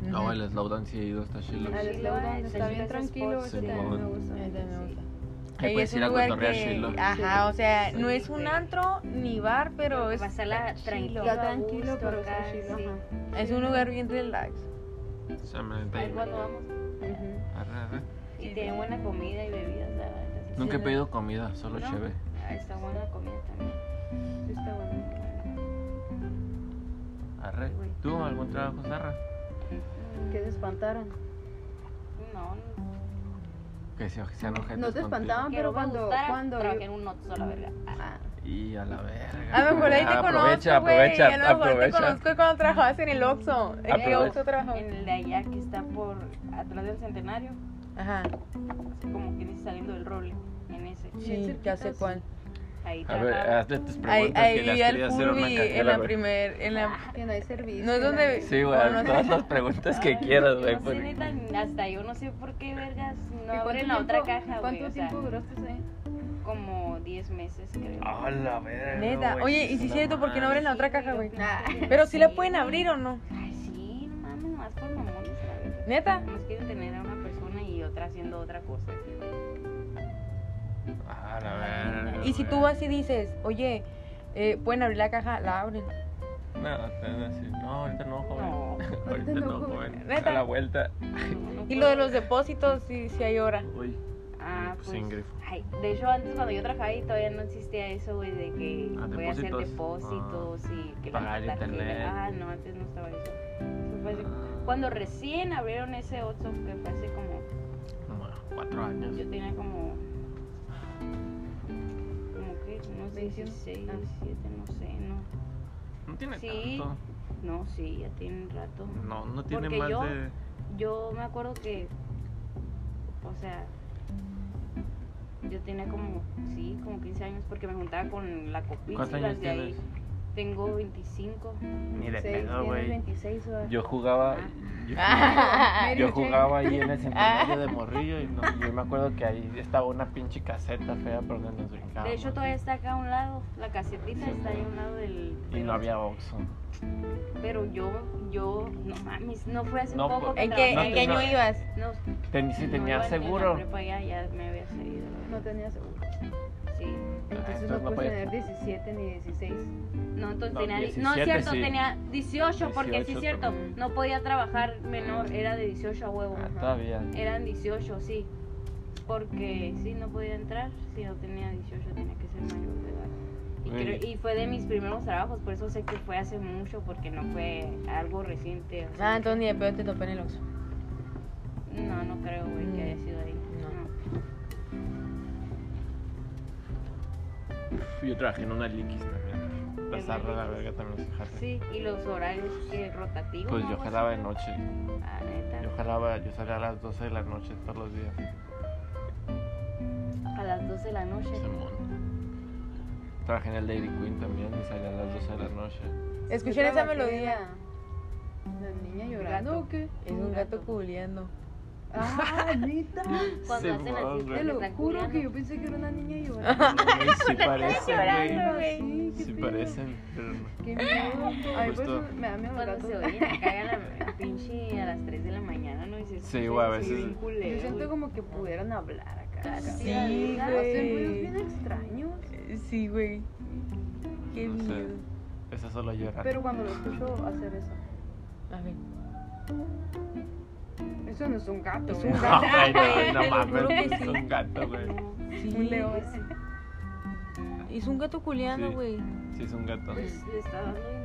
B: No,
A: Ujú.
B: el slowdown sí he ido hasta Chile.
C: Ay,
D: Al Slowdown está bien
C: Esos
D: tranquilo,
C: spots
D: eso
B: de-
D: también me
A: A
D: gusta.
A: mí también me gusta.
B: Ahí
A: Y
B: puedes
A: es un
B: ir a
A: lugar
B: cotorrear
A: que-
B: chilo.
A: Ajá, o sea,
B: Sí.
A: no es un antro ni bar, pero es,
C: Pasarla tranquilo.
D: Está
C: a
D: tranquilo,
C: gusto
D: pero
C: acá,
D: está chido.
C: sí.
D: ajá.
A: es un lugar bien relax.
B: O sea, me
C: Ahí cuando vamos.
A: Ujú.
B: Arre, arre.
C: Y tienen buena comida y bebidas, la verdad. Entonces,
B: Nunca he
C: sí,
B: pedido comida, solo
C: ¿no?
B: cheve.
C: Ah, está buena la comida también.
D: Sí, está bueno.
B: Arre. ¿Tú algún trabajo, Sarra?
D: Que te espantaran.
C: No, no.
B: Que se- sean ojetes
D: No te
B: contigo.
D: espantaban,
C: Que
D: Ah,
C: no
D: pero
C: me
D: cuando.
C: gustara,
D: cuando
C: trabajé en un Oxxo, la verga.
D: Ah,
B: Y a la verga.
A: A lo mejor ahí te
B: Ah, aprovecha,
A: conozco, güey.
B: aprovecha,
A: A lo mejor
B: aprovecha.
A: te conozco cuando trabajabas en el Oxxo. ¿En qué
B: Aprovecha.
A: Oxxo trabajabas?
C: En el de allá que está por atrás del centenario,
A: Ajá.
C: como que dice saliendo del roble, en ese.
A: Sí, ya sé cuál.
C: Ahí
B: A ver,
C: trabajaba.
B: hazle tus
A: Ahí,
B: preguntas
A: ahí
B: que las
A: vi al
B: quería hacer una
A: Furby en
B: candela,
A: la
B: güey.
A: primer, en la...
D: que no hay servicio.
A: No es donde-
B: Sí,
A: Oh, no
B: güey,
A: sé.
B: todas las preguntas que
C: Ay,
B: quieras,
C: yo
B: güey. pues.
C: no sé,
B: porque-
C: neta, hasta yo no sé por qué vergas no
D: ¿Y
C: abren
D: cuánto
C: la otra
D: tiempo-
C: caja, güey.
D: ¿Cuánto
C: o sea,
D: tiempo duraste ahí?
C: como 10 meses, creo.
B: A la verga.
A: Neta.
B: güey,
A: Oye, y si
B: la
A: es cierto, ¿por qué no
B: madre.
A: abren la otra caja,
C: yo
A: güey? Ah.
C: pienso que
A: Pero sí la
C: sí,
A: pueden
C: güey.
A: abrir o no.
C: Ay, sí, no mames, nomás por mamones, la verga.
A: ¿Neta?
C: Nos quieren tener a una persona y otra otra haciendo otra cosa.
B: Ah, la verga,
A: Y si tú
B: güey.
A: vas y dices, oye, eh, pueden abrir la caja, la abren.
B: No, te van a decir, no, ahorita no, joven.
C: No.
B: ahorita
D: no,
B: no,
D: joven.
B: joven.
A: Neta.
B: A la vuelta.
C: no
A: Y lo de
C: puedo.
A: los depósitos, si, si hay hora.
B: Uy.
C: Ah, pues.
B: Sin grifo.
C: Ay, de hecho, antes cuando yo trabajaba ahí todavía no existía eso, güey, de que
B: Ah,
C: voy a hacer
B: depósitos.
C: depósitos y que
B: Pagar
C: la tarjeta.
B: internet.
C: Ah, no, antes no estaba eso. Eso fue hace- Cuando recién abrieron ese Otso, que fue hace como.
B: Como cuatro años.
C: Yo tenía como. Como que, no sé,
D: 21.
C: 16,
D: Ah.
C: 17, no sé, no.
B: No tiene
C: Sí.
B: tanto.
C: No, sí, ya tiene un rato.
B: No, no tiene
C: Porque
B: más
C: yo-
B: de.
C: Yo me acuerdo que, o sea, yo tenía como, sí, como 15 años porque me juntaba con la copita
B: ¿Cuántos años
C: de ahí.
B: tienes?
C: Tengo 25.
B: Ni de
D: Seis,
B: pedo,
D: tienes
B: güey.
D: 26 horas.
B: Yo jugaba. Yo
A: Ah.
B: Yo jugaba ahí en el centenario
C: Ah.
B: de Morrillo y no, yo me acuerdo que ahí estaba una pinche caseta fea por donde nos brincábamos.
C: De hecho, todavía está acá a un lado, la casetita está ahí a un lado del...
B: Y
C: del-
B: no había Oxxo.
C: Pero yo, yo, no mames, no fue hace
B: No,
C: poco
B: pues,
C: que
A: ¿En qué,
B: No,
C: trabajé.
A: en qué
B: no.
A: año ibas?
C: No,
B: Ten- si
C: no
B: tenía
C: iba en la
B: seguro.
C: prepa ya, ya me había salido.
D: No tenía seguro.
C: Sí.
D: Entonces
B: Ah, entonces
D: no
B: no
D: puedes
B: podías.
D: tener 17 ni 16.
C: No, entonces
B: No,
C: tenía.
B: 17
C: no es cierto,
B: sí.
C: tenía 18, porque sí
B: 18
C: es cierto.
D: también.
C: No podía trabajar menor, era de 18 a huevo.
B: Ah, todavía.
C: Eran 18, sí. Porque sí, no podía entrar. Si no tenía 18, tenía que ser mayor de edad. Y,
B: Güey.
C: creo- y fue de mis primeros trabajos, por eso sé que fue hace mucho, porque no fue algo reciente. o sea,
A: Ah, entonces ni de pedo te topé en el Oxxo.
C: No, no creo, güey, que haya sido ahí.
A: No.
C: No.
B: Yo trabajé en una liquis también. La
C: ¿En
B: zarra
C: una
B: la
C: Liquis?
B: verga también se jala.
C: Sí, y los horarios que rotativos.
B: Pues
C: ¿no?
B: yo
C: Algo así.
B: jalaba de noche.
C: Ah, neta.
B: Yo jalaba, yo salía a las 12 de la noche todos los días.
C: A las 12 de la noche.
B: Simón. Trabajé en el Dairy Queen también y salía a las 12 de la noche.
A: Escuchen
D: Yo
A: esa
D: trabajé
A: melodía.
D: en La la niña llorando
C: Gato.
D: o qué?
A: Es un gato culeando.
D: Ah, neta.
C: Cuando hacen
B: Simón, güey.
C: así, porque
D: Te lo
C: están
D: juro
C: culiando.
D: que yo pensé que era una niña llorando.
B: Sí parecen, güey.
A: llorando.
D: Sí, qué
B: Sí
D: pedo.
B: parecen, pero no.
D: Qué miedo. Ay, pues
B: Justo.
D: me da miedo los
C: Cuando
D: gatos.
C: se oyen acá a la pinche a las 3 de la mañana, ¿no? Y se
B: Sí, güey, a
C: escucha y se oye
B: veces-
C: bien culero,
D: Yo siento
C: güey.
D: como que pudieran hablar
B: Ah,
D: acá.
C: Casi,
D: Casi.
A: Sí,
C: ¿verdad?
A: güey.
D: Hacen ruidos bien extraños.
A: Sí, güey. Qué
B: No sé.
A: miedo.
B: Eso solo llora.
D: Pero cuando lo escucho hacer eso.
A: A ver.
D: Eso no es un gato.
A: Es
D: güey.
A: un
B: No,
A: gato.
B: güey, no,
A: Te
B: no
A: lo juro
B: mames,
A: que
B: es un gato, güey.
A: Sí.
D: Un león.
A: Es un gato culeando,
B: Sí.
A: güey.
B: Sí, es un gato.
C: Pues, le está dando bien duro.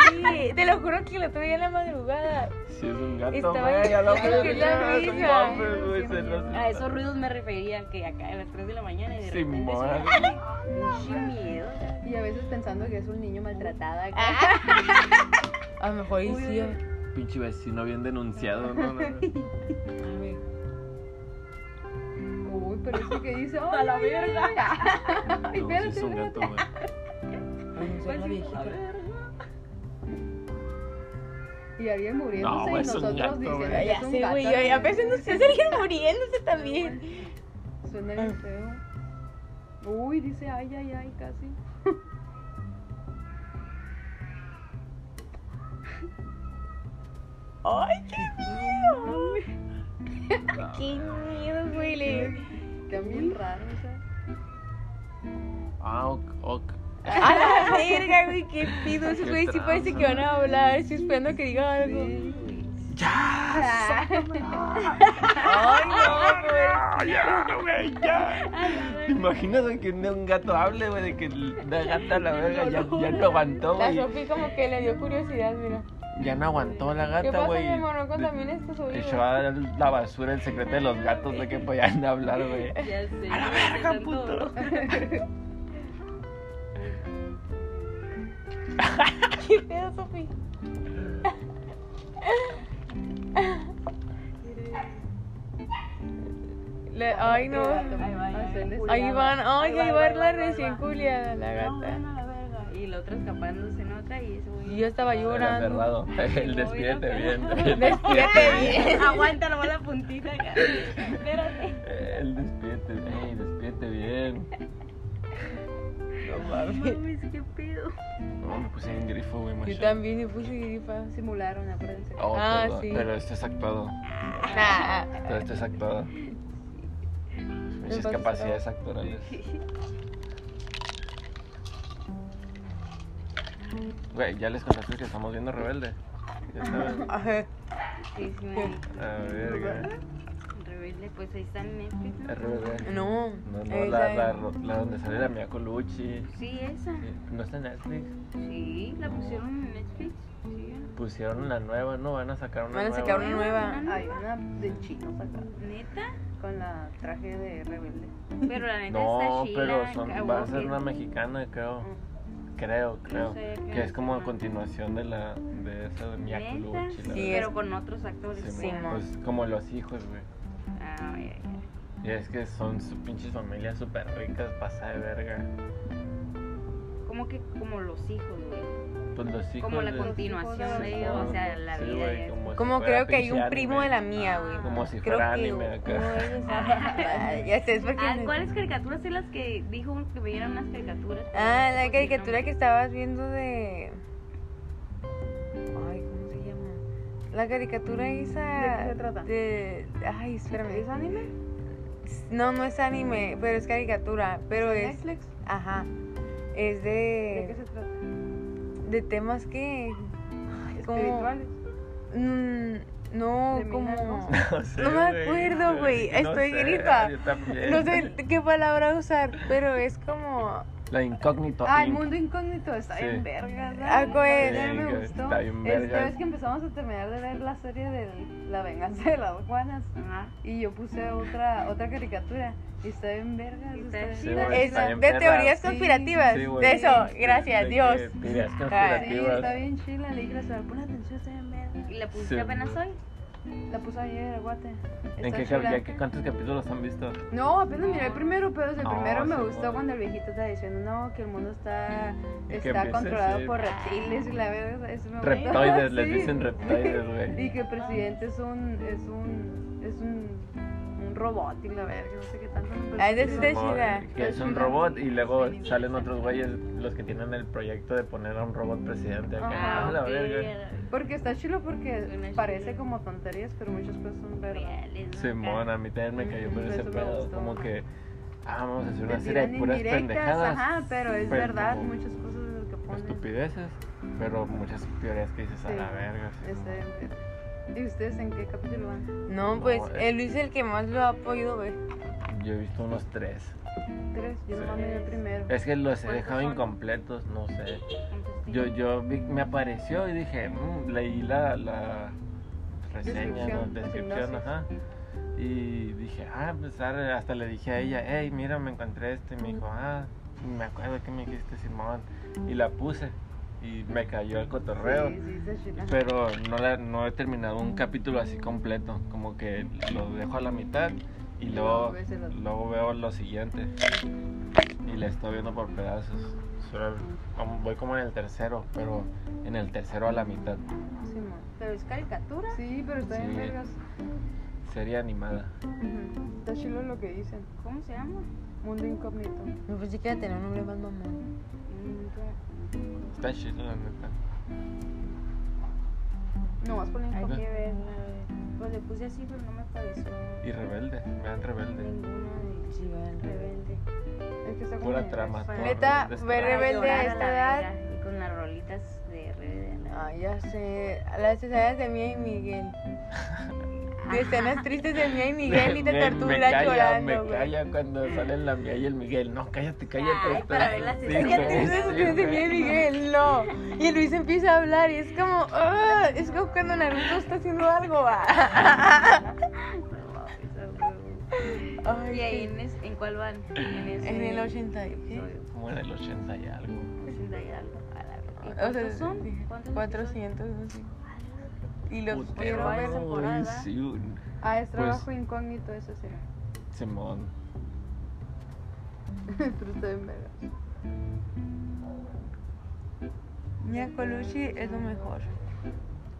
A: Sí, te lo juro que lo tuve en la madrugada.
B: Sí, es un gato,
A: Estaba
B: güey. A la
A: Es que
B: verga,
A: la
B: no
A: risa.
B: mames, güey, se los-
C: A esos ruidos me refería que acá a las 3 de la mañana y de repente
B: Simón.
C: suena pinche miedo.
D: Y a veces pensando que es un niño maltratado acá.
B: Ah.
A: A lo mejor ahí sí. A ver.
B: Pinche vecino bien denunciado, ¿no? no, no.
A: A ver.
D: Uy, pero eso que dice.
C: A la
D: "Ay, ay, ay".
B: No, sí es
D: espérate,
B: un gato, güey.
A: Vamos a
C: Pues
A: la
C: sí,
A: viejita.
C: a ver.
D: Y alguien muriéndose
B: No,
D: y
B: güey, es un
D: nosotros
B: gato,
D: diciendo
B: güey.
D: que
A: Ah, Ya
D: es un
A: sé,
D: gato.
A: güey. yo- y A veces no sé, es alguien muriéndose también.
D: Suena bien feo. Uy, dice ay, ay, ay, casi.
A: ¡Ay, qué miedo! ¡Qué miedo, güey! le-
D: Están bien raros, o sea.
B: Ah, ok, ok.
A: A la verga, güey, qué pido. Esos
B: Qué
A: güeyes sí parece
B: tranza,
A: que van a
B: güey.
A: hablar. Estoy esperando que diga algo.
B: ¡Ya!
A: ¡Ay, no, pues. güey!
B: ¡Ah, ¡Ya, güey! ¡Ya! ¿Te imaginas de que un gato hable, güey? De que la gata a la verga ya, ya no aguantó,
A: La
B: güey.
A: Sofi como que le dio curiosidad, mira.
B: Ya no aguantó la
A: ¿Qué
B: gata,
A: pasa,
B: güey.
A: mi amor? No contamines tus
B: Echó
A: oídos.
B: a la basura el secreto de los gatos de que podían hablar, güey.
C: Ya sé.
B: ¡A la
C: güey, de
B: verga,
C: tanto-
B: puto!
A: ¿Qué pedo, Sofi? Le- Ay, no.
C: Ahí va, ahí va,
D: Hacerles-
C: culiada.
A: Ahí van. Ay, ahí va la recién
C: va.
A: culiada, la
C: No,
A: gata.
C: bueno, a la verga. Y la otra escapándose en otra y eso, güey.
A: Y yo estaba
B: Era
A: llorando.
B: cerrado. El despídete bien.
A: Despídate bien.
C: Aguanta, nomás la puntita, cara. Espérate.
B: El despídete bien. Ey, despídete bien. No
A: mames.
C: Mames, qué pedo.
B: No, me puse en grifo, güey,
A: Yo
B: macho.
A: también le puse gripa.
D: Simularon, acuérdense.
B: Oh,
A: Ah,
B: perdón,
A: sí.
B: Pero este es actuado.
A: Nah.
B: Pero este es actuado. Mis
A: pasó.
B: discapacidades actorales. Güey, ya les contaste que estamos viendo Rebelde. Ya saben.
A: Ajá.
C: Sí, sí, me
B: A ver,
C: Rebelde, pues ahí está en Netflix. ¿no?
B: RBD.
A: No.
B: No, no,
A: esa
B: la,
A: es-
B: la, la donde sale la Mia Colucci.
C: Sí, esa.
B: Sí, No está en Netflix.
C: Sí, la pusieron en Netflix. Sí,
B: Pusieron la nueva, no van a sacar una
A: Van a
B: nueva.
A: sacar una nueva.
C: Una
D: Hay una de chinos acá,
C: neta.
D: con la traje de rebelde.
C: Pero la neta
B: No,
C: está chila.
B: pero son, va a
C: Kawaki.
B: ser una mexicana, creo. Creo, creo.
C: sé,
B: que
C: creo
B: es
C: que
B: como
C: no.
B: continuación de la de esa de Mia
C: Neta,
B: Colucci. la
A: Sí,
B: verdad.
C: pero con otros actores.
B: Simón.
C: pues.
A: Simón.
B: Pues como los hijos, güey.
C: Ah, ya, ya.
B: Y es que son sus pinches familias súper ricas, pasa de verga.
C: Como que como los hijos, güey.
B: Pues los hijos.
C: Como la
B: de-
C: continuación de ellos, o sea, la
B: Sí,
C: vida.
B: güey,
C: ya.
B: como si
A: Como
B: fuera
A: creo que hay
B: pinche
A: un primo de la
B: anime.
A: mía, güey.
B: Como si
A: creo
B: fuera
A: que
B: anime acá.
A: uno de ellos- Ah, Ya sé, es porque.
C: Ah, ¿Cuáles caricaturas son las que dijo uno que veían unas caricaturas?
A: Ah, la
C: Pues,
A: caricatura
C: no.
A: que estabas viendo de. Ay, ¿cómo se llama? La caricatura esa.
D: ¿De qué se trata?
A: de- Ay, espérame.
D: ¿Es anime?
A: No, no es anime, pero es caricatura. Pero es.
D: ¿Netflix?
A: Ajá. Es
D: ¿De qué
A: de.
D: se trata?
A: De temas que. Ay, como-
D: ¿Espirituales?
A: Mm, no,
D: ¿De
A: como.
D: milagros?
B: No, sé,
A: No me acuerdo, güey. Estoy gripa.
B: Yo también.
A: No sé qué palabra usar, pero es como.
B: La incógnito.
D: Ah, el
B: Inc.
D: mundo incógnito está
B: Sí.
D: bien vergas. ¿no?
A: Algo es.
D: Ya me
B: Sí,
D: gustó.
B: está bien
D: Este,
B: vergas.
D: es que empezamos a terminar de ver la serie de La venganza de las guanas.
C: Ajá.
D: Y yo puse otra otra caricatura. Y está bien vergas.
C: Está
D: Está bien
C: Sí,
D: vergas.
B: güey,
A: Es
B: está bien
A: de
B: perra.
A: teorías
D: Sí.
A: conspirativas.
B: Sí, güey.
A: de eso, gracias,
B: De
A: Dios.
B: que teorías
D: Sí, está
B: conspirativas.
D: bien chila, le dije a la Sara, pon atención, está bien verga.
C: ¿Y la pusiste
B: Sí,
C: apenas
B: güey.
C: hoy?
D: La puse ayer, aguate.
B: ¿En qué, cap- ya qué- ¿Cuántos capítulos han visto?
D: No, apenas miré el primero, pero desde el
B: No,
D: primero me
B: sí,
D: gustó
B: bueno.
D: cuando el viejito está diciendo, no, que el mundo está,
B: Y que
D: está
B: empieza,
D: controlado
B: sí.
D: por reptiles y la verga, eso me gustó.
B: Reptoides, les
D: Sí.
B: dicen reptoides, güey.
D: Y que el presidente es un, es un, es un, un robot y la verga, no sé qué tanto. pero
A: Ah, es de
D: sí,
A: esos
D: sí,
A: de- chida.
B: eh, Que es un robot y luego salen otros güeyes los que tienen el proyecto de poner a un robot presidente acá.
D: Ah,
B: Ah, la
C: ok,
B: verga.
C: ya
D: Porque está chulo
C: Suena
D: porque parece
C: chilo.
D: como tonterías, pero muchas cosas son
C: la-
D: verdad.
C: reales, ¿no?
B: Simón, a mí también me cayó por
D: Ujú,
B: ese
D: eso me
B: pedo.
D: gustó.
B: Como que, ah, vamos a hacer una
D: Te
B: serie de
D: tiran
B: puras
D: indirectas,
B: pendejadas.
D: Ajá, pero es
B: pero
D: verdad,
B: como
D: muchas cosas de lo que ponen.
B: Estupideces, pero muchas teorías que dices a
D: Sí. este.
B: la verga. así
D: Está
B: como-
D: bien verga. ¿Y ustedes en qué capítulo van?
A: No, pues
B: No, eh.
A: el Luis es el que más lo ha podido ver.
B: Yo he visto unos tres.
D: Tres, yo
B: Sí.
D: nomás miré el primero.
B: Es que los he
C: ¿Cuántos
B: dejado
C: son?
B: incompletos, no sé.
C: Entonces, sí.
B: Yo, yo vi- me apareció y dije, "Mm", leí la, la reseña, ¿no?
D: Descripción,
B: descripción,
D: la sinopsis.
B: ajá. Y dije, ah, pues arre", hasta le dije a ella, hey, mira, me encontré este. Y me dijo, ah, me acuerdo que me dijiste Simón. Y la puse y me cayó el cotorreo.
D: Sí, sí, está chila.
B: Pero no, la- no he terminado un capítulo así completo, como que lo dejo a la mitad y
D: Y
B: luego,
D: luego ves el otro.
B: luego veo lo siguiente. Y la estoy viendo por pedazos. Solo- como- Voy como en el tercero, pero en el tercero a la mitad.
D: Sí, mo.
C: ¿Pero es caricatura?
D: Sí, pero está bien
B: Sí.
D: vergas.
B: Serie animada.
D: Ujú. Está chilo lo que dicen.
C: ¿Cómo se llama?
D: Mundo incógnito.
A: Me pensé pues, que iba a tener un nombre más mamón.
B: Está chido, la neta.
D: No, vas por la
C: Hay
D: incógnita.
C: que verla. Pues le puse así, pero no me pareció
B: Y rebelde, vean rebelde.
C: ninguna de
A: Sí, vale.
C: rebelde.
D: Es que está como
B: Pura
D: en-
B: trama.
C: Para-
B: todo
A: Neta, ve
B: rebelde, está-
A: Para Rebelde llorar a esta la edad.
C: Y con las rolitas de rebelde.
A: Ah, ya sé. Las escenas de Mía y Miguel. De escenas tristes de Mía y Miguel y te
B: me- me
A: tortura
B: calla,
A: llorando,
B: Me
A: güey.
B: calla cuando salen la mía y el Miguel. No, cállate, cállate.
C: Ay,
B: está-
C: para ver las
B: sí,
C: escenas.
B: güey,
A: Escenas
B: sí,
A: tristes de
B: güey.
A: Mía y Miguel, no. Y Luis empieza a hablar y es como, "Ah", es como cuando Naruto está haciendo algo, ah". va. Ay,
C: ¿Y ahí
A: sí.
C: en, es- en cuál van? En, ese-
A: en el 80. y- ¿qué?
C: Soy
B: Como en el 80 y algo.
C: 80 y algo. A la verga. ¿Y
A: O
C: ¿Cuántos
A: sea, sí,
C: son? ¿Cuántos
A: 400, no sé. Y los
B: Putero,
A: quiero
C: varias
A: ver.
B: güey,
C: temporadas.
B: sí, un-
D: Ah, es
B: Pues-
D: trabajo incógnito, eso sí.
B: Simón.
D: pero está bien vergas.
A: Mia Colucci es lo mejor.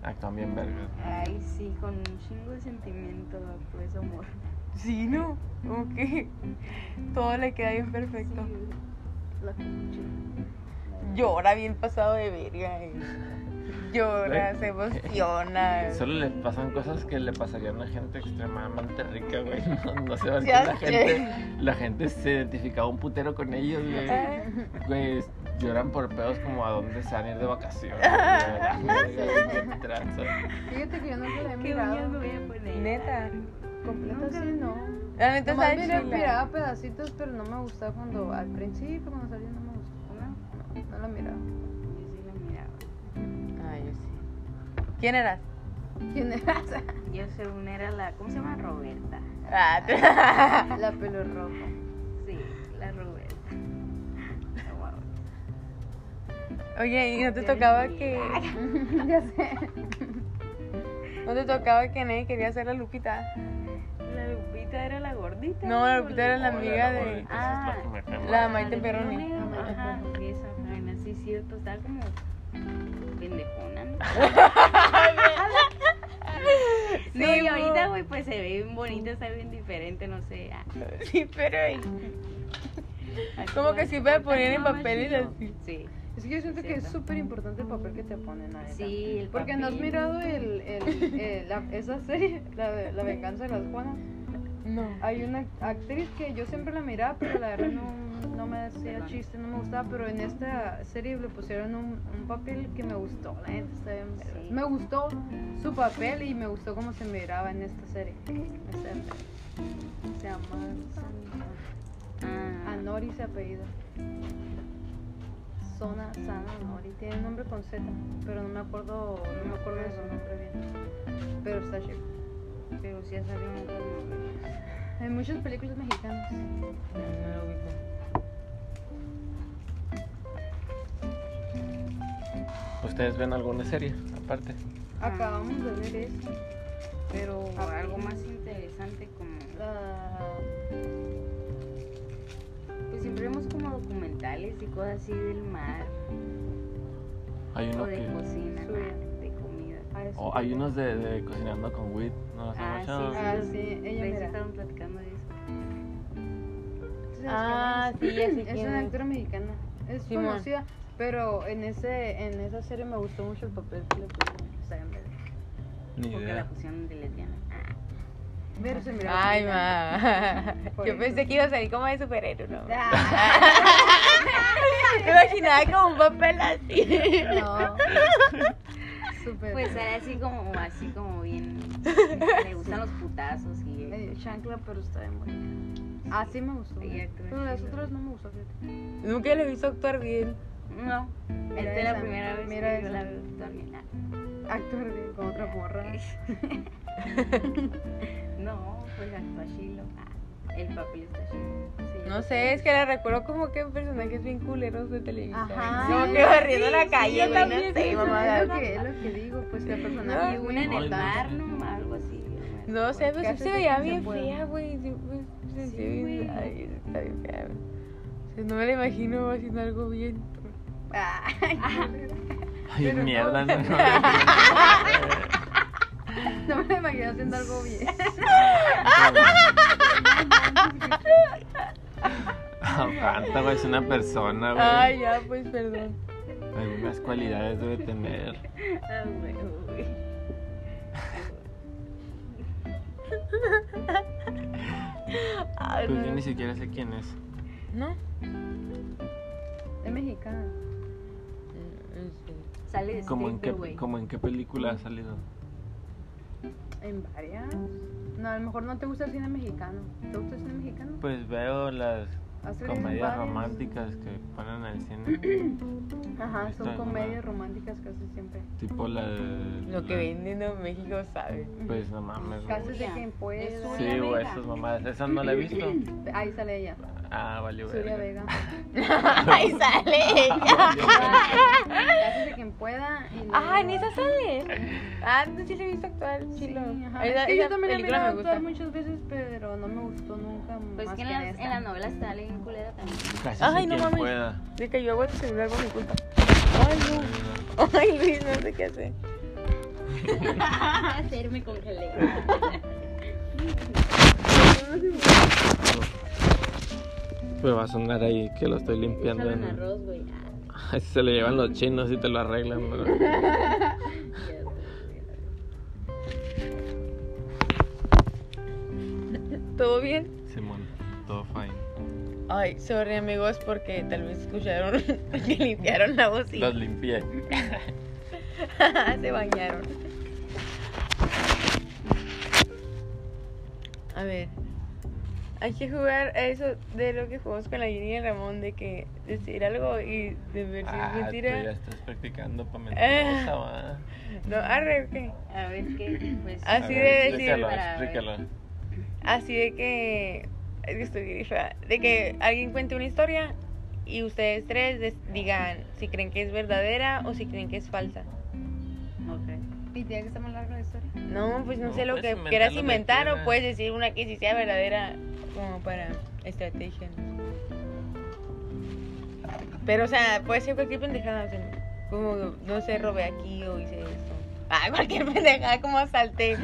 B: Actúan bien verga.
C: Ay, sí, con un chingo de sentimiento, pues amor.
A: Sí, ¿no? Como que todo le queda bien perfecto.
C: Sí,
D: la cucuche.
A: Llora bien pasado de verga. eh. Llora, se emociona.
B: Solo le pasan cosas que le pasarían a gente extremadamente rica, güey. No, no se van
A: Ya
B: la
A: sé.
B: gente. La gente se identificaba un putero con ellos, güey.
A: Ay,
B: Güey, lloran por pedos como a dónde se van a ir de vacaciones. güey, a la verga, qué tranza.
D: Fíjate que yo nunca la he
C: ¿Qué uñas
D: mirado.
C: me voy a poner?
A: Neta.
D: Completa sí, no.
A: La neta
D: Nomás
A: está
D: miré,
A: chila.
D: miraba pedacitos, pero no me gustaba cuando al principio, cuando salía, no me gustó. No, no la miraba.
C: Yo sí la miraba.
A: Ay, yo sí. ¿Quién eras?
D: ¿Quién eras?
C: Yo según era la, ¿cómo se llama? Roberta.
A: Ah, te-
D: La pelo rojo.
C: Sí, la Roberta. La guau.
A: Oye, ¿y no te
C: Ya
A: tocaba
C: vi.
A: que
D: ya sé.
A: no te tocaba que nadie quería ser la Lupita?
C: La Lupita era la gordita.
A: No, la
C: ¿o
A: Lupita era la
B: Hola,
A: amiga
B: la
A: de
B: gordita, esa es la que me cae
A: la
B: mal.
A: Maite
C: de
A: Perroni.
C: Perroni. Ajá, esa vaina, sí, cierto, estaba como pendejona. ¿no? No,
A: Sí,
C: y ahorita,
A: mo.
C: güey, pues se ve bien bonita, está bien diferente, no sé. ah,
A: Sí, pero eh. ey,
C: así
A: Como que
C: va,
A: sí me ponían en
C: está más
A: papeles
C: chido.
A: así.
C: Sí,
D: Es que yo siento que es
C: Cierto.
D: súper importante el papel que te ponen a
C: sí, el
D: Porque no has
C: papel.
D: mirado el, el- el- la- esa serie, la, de- la venganza de las Juanas.
A: no.
D: Hay una actriz que yo siempre la miraba, pero la verdad no, no me hacía chiste, no me gustaba. Pero en esta serie le pusieron un, un papel que me gustó, la neta, está bien verga.
C: Sí.
D: Me gustó su papel y me gustó cómo se miraba en esta serie. Esta- Se llama
C: Ah,
D: Anori, se apellida. Zona Sana Anori. Tiene un nombre con Z, pero no me acuerdo, no me acuerdo de su nombre bien. Pero está chido.
C: pero sí ha salido en otras novelas.
D: Hay muchas películas mexicanas.
A: No lo ubico.
B: ¿Ustedes ven alguna serie aparte?
A: Ah.
D: Acabamos de ver eso. Pero
C: O algo más interesante como...
D: La...
C: Pues siempre vemos como documentales y cosas así del mar
B: Hay
C: o
B: uno
C: de
B: que.
C: cocina,
D: Sí.
C: ¿no? de comida.
D: a eso.
B: o Oh, hay unos de, de cocinando con wheat. ¿No los
C: Ah,
B: han
C: sí,
B: escuchado?
D: Ah, sí, ella
C: De eso
D: mira.
C: estaban platicando de eso.
D: Entonces,
A: Ah,
D: es que
A: sí, ya sé
D: Es
A: quién
D: una
A: es.
D: actora mexicana. Es
A: Simón.
D: conocida, pero en ese en esa serie me gustó mucho el papel que le pusieron. Está bien, verga.
B: Ni
C: Porque
B: idea.
C: la pusieron de lesbiana. Ah,
D: Pero se miró.
A: Ay, ma.
D: Por
A: Yo
D: eso.
A: pensé que iba a salir como de superhéroe, ¿no?
D: Ah,
A: Me imaginaba como un papel así.
D: no. eh, Súper.
C: Pues era así como, así como bien. Le gustan los putazos y.
D: Medio chancla, pero está bien buena. Ah, sí me gustó.
C: Ella actúa
D: Pero las
C: chido.
D: otras no me gustó. fíjate.
A: Nunca lo he visto actuar bien.
C: No,
D: Mira
C: esta es la
D: esa,
C: primera vez
D: mira
C: que yo
D: esa.
C: la veo también. Ah,
D: Actuar bien con otra morra.
C: No, pues actúa chilo. Ah, el papel está chilo. Sí.
A: No sé, es que la recuerdo como que en personajes bien culeros de televisión.
D: Ajá.
A: Como
D: Sí,
A: que barriendo
D: sí,
A: la
D: sí,
A: calle,
D: yo
A: güey, no
D: también
A: sé,
D: pienso
A: mamá.
D: eso, Es lo que, es lo que digo, pues que el personaje
C: Y
D: es
C: una en el
B: No, no.
C: mar, ¿no? Algo así.
A: No sé,
D: ¿Qué
A: pues
D: haces
A: se
D: de
A: veía
D: que se
A: bien
D: pueda?
A: fea, güey. Sí, pues, sí,
C: Sí,
A: sí,
C: güey.
A: Ay, está bien fea, güey. O sea, no me la imagino haciendo algo bien.
B: Ay, mierda, no. no.
D: No me la imagino haciendo algo bien.
B: Aparte, güey, es una persona, güey.
A: Ay, ya, pues perdón.
B: Algunas cualidades debe tener.
C: Ah, güey, güey.
D: Ah,
A: Ay,
B: Pues yo
A: no.
B: ni siquiera sé quién es.
A: ¿No?
D: Es mexicana.
A: Mm, sí.
C: Sale de
B: ¿Cómo en,
C: Stephen,
B: qué,
C: güey.
B: como en qué película ha salido?
D: En varias. No, a lo mejor no te gusta el cine mexicano. ¿Te gusta el cine mexicano?
B: Pues veo las
D: ¿Has salido en
B: comedias
D: varias?
B: románticas que ponen en el cine.
D: Ajá,
B: Está
D: son
B: bien,
D: comedias
B: ajá.
D: románticas casi siempre.
B: Tipo la de.
A: Lo que venden en México sabe.
B: Pues no mames, güey.
D: Casos de quien puede.
C: Eso.
B: Sí, güey, esas mamadas. Esas no la he visto.
D: Ahí sale ella,
B: Ah, vale, güey.
D: Zulia Vega.
A: Ay, sale ella.
D: Casos de quien pueda. y luego-
A: Ah, en esa sale. Ah, no, sí la he visto actuar,
D: Sí,
A: chilo.
D: ajá.
A: Esa-
D: Es que yo
A: esa
D: también la he
A: película
D: mirado
A: me gusta.
D: actuar muchas veces, pero no me gustó nunca
C: Pues
D: más
C: que en
D: que en
C: las, en
D: esta.
C: las novelas sale en culera también.
B: Casi
A: Ay,
B: sí
A: no
B: quien
A: mames.
B: pueda.
A: De que yo hago el celular por mi culpa. Ay, no. Ay, Luis, no sé qué hacer.
C: Hacer me congelé.
B: Me va a sonar ahí que lo estoy limpiando.
C: Úsalo en
B: ¿no?
C: arroz, güey. Ah,
B: Ay, se lo llevan los chinos y te lo arreglan, bro.
C: ya, güey.
A: ¿Todo bien?
B: Simón, todo fine.
A: Ay, sorry amigos porque tal vez escucharon que limpiaron la bocina.
B: Los limpié.
A: Se bañaron. A ver. Hay que jugar a eso de lo que jugamos con la Jenny y Ramón, de que decir algo y de ver si
B: Ah,
A: es
B: tú ya
A: mentira. Eh,
B: estás practicando para mentirosa, va.
A: No, arre, ¿o qué?
C: A ver qué, pues.
A: Así
B: A
A: de
B: ver,
A: Ah, decir-
B: Explícalo,
C: para ver.
B: explícalo.
A: Así de que. Es que estoy grifa. De que alguien cuente una historia y ustedes tres des- digan si creen que es verdadera o si creen que es falsa.
C: Ok.
D: ¿Y tiene que estar más larga la historia?
A: No, pues no,
B: No,
A: sé lo
B: puedes
A: que
B: inventar
A: quieras
B: lo que
A: inventar o
B: quieras.
A: puedes decir una que sí sea verdadera como para estrategia. ¿no? Pero, o sea, puede ser cualquier pendejada. o sea, como, no sé, robé aquí o hice esto. Ah, cualquier pendejada, como asalté.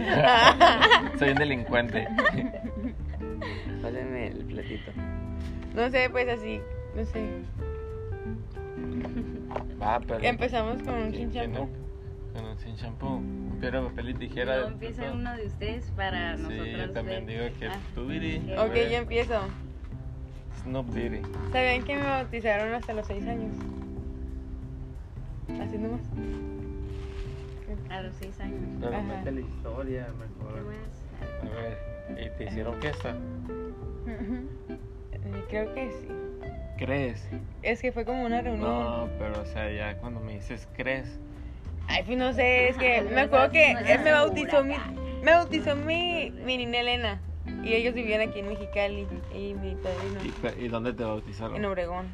B: Soy un delincuente.
A: Pásame el platito. No sé, pues así, no sé.
B: Va, pero.
A: Empezamos con un chin
B: ¿Quién- quién
A: champú.
B: no? Con un sin champú. Pero papel y tijera.
C: No
B: de
C: empieza
B: pronto.
C: uno de ustedes para nosotros.
B: Sí, yo también
C: ver.
B: digo que
C: Ah,
B: tú, Diri.
C: ok.
A: Ok,
B: güey.
A: yo empiezo.
B: Snoop Diri.
A: ¿Sabían que me bautizaron hasta los 6 años? Así nomás.
C: A los seis años.
B: Pero
A: Ajá.
B: mete la historia, mejor.
C: ¿Qué más? Ah,
B: A ver, ¿y te hicieron fiesta?
A: Eh, Creo que sí.
B: ¿Crees?
A: Es que fue como una reunión.
B: No, pero o sea, ya cuando me dices crees,
A: Ay, pues no sé, es que
C: Ajá,
A: me acuerdo que
C: no
A: él me
C: estás
A: bautizó mi,
C: segura.
A: me bautizó mi, mi nina Elena. Y ellos vivían aquí en Mexicali. Y mi padrino
B: ¿y, pe- y dónde te
A: en
B: bautizaron?
A: Obregón.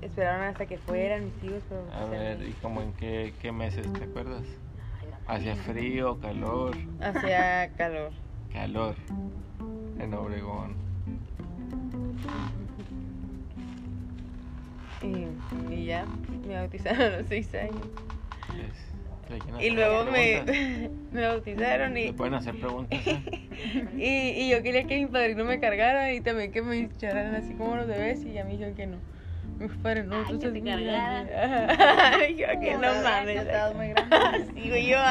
A: Esperaron hasta que fueran mis tíos para
B: A
A: bautizarme.
B: ver, ¿y como en qué, qué meses te acuerdas? ¿Hacía frío, calor?
A: Hacía calor.
B: Calor. En Obregón.
A: Y, y ya, me bautizaron a los 6 años.
B: Es- ¿de quién
A: Y
B: hacen
A: luego
B: las
A: me,
B: preguntas?
A: me bautizaron y,
B: ¿Te pueden hacer preguntas? eh?
A: y, y yo quería que mi padrino me cargara y también que me echaran así como los bebés y ya me dijeron que no. Me dijo, padre, no,
C: Ay,
A: tú
C: que
A: estás
C: te
A: muy grande". Me dijo que
D: Como
A: no
D: dos años,
A: mames.
D: estabas muy grande.
A: Sí, güey, yo, ay,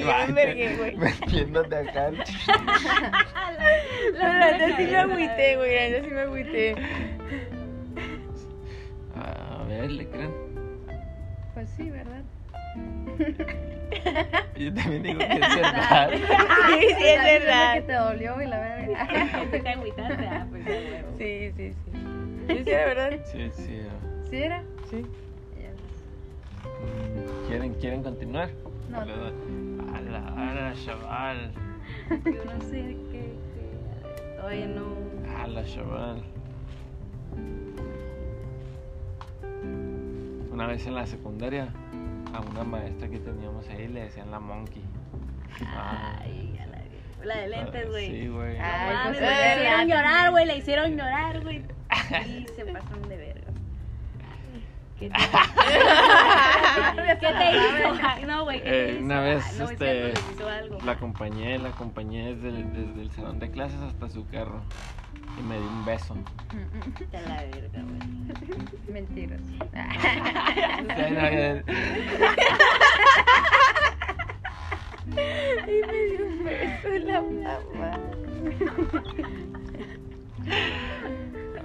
A: yo me
B: Ay,
A: envergué, güey.
B: Metiéndote acá.
A: La verdad, sí me agüité, güey, la neta sí me agüité.
B: A ver, ¿le creen?
D: Pues sí, ¿verdad?
B: Yo también digo que es verdad.
A: Sí, sí, es
D: Ay,
A: verdad.
D: Que te dolió y la verga.
C: ¿Te te agüitaste? Ah, pues de huevo.
A: Sí, sí, sí. Sí, sí, la verdad.
B: Sí, sí.
D: ¿Sí era?
A: Sí.
B: Mm, ¿Quieren, quieren continuar?
D: No.
B: Le doy. A la hora, chaval.
C: Yo no sé qué. qué- Oye, no.
B: A la chaval. Una vez en la secundaria, a una maestra que teníamos ahí le decían la monkey. Ah,
C: Ay, a la verga. La de lentes, güey. Ah.
B: Sí, güey.
D: Ay,
C: Mames,
D: pues,
C: güey,
D: eh,
C: la hicieron
D: ya.
C: llorar, güey, la hicieron llorar, güey. Y se pasaron de verga. ¿Qué te, ¿Qué te hizo? No, güey, ¿qué te
B: Eh,
C: hizo? Ah,
B: una vez,
C: no, es
B: este,
C: cierto, les hizo algo.
B: La acompañé, la acompañé desde el, desde el salón de clases hasta su carro. Y me dio un beso.
C: Vete a la verga, güey.
D: Mentiras.
B: O sea, no, eh,
A: Ay, me dio un beso en la mamá.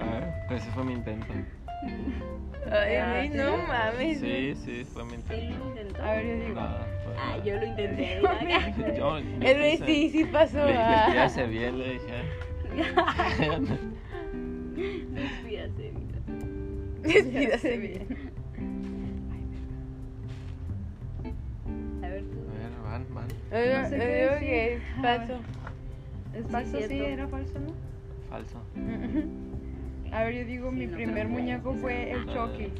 B: ah, ese fue mi intento.
A: Ay, güey, no mames.
B: Sí, sí, fue mi
C: Él lo
B: intento.
C: intentó.
D: A ver, yo digo.
B: Nada, fue
C: Ah,
B: nada.
C: yo lo intenté.
B: Yo- yo
A: El güey
B: quise-
A: sí, sí pasó.
B: Le, le
A: ah.
B: fui hacia bien, le dije.
C: Despídate, mira.
A: Despídase bien.
C: A ver, tú.
B: A ver, van, van.
A: Yo
D: No sé
A: yo
D: qué
A: digo
D: decir.
A: que es
D: A
A: falso.
D: ¿Es
C: Sí,
D: falso? Sí,
C: cierto.
D: era falso, ¿no?
B: Falso.
D: A ver, yo digo,
C: Sí,
D: mi
C: no,
D: primer
C: pero-
D: muñeco fue el
A: Ah.
B: No,
D: Chucky.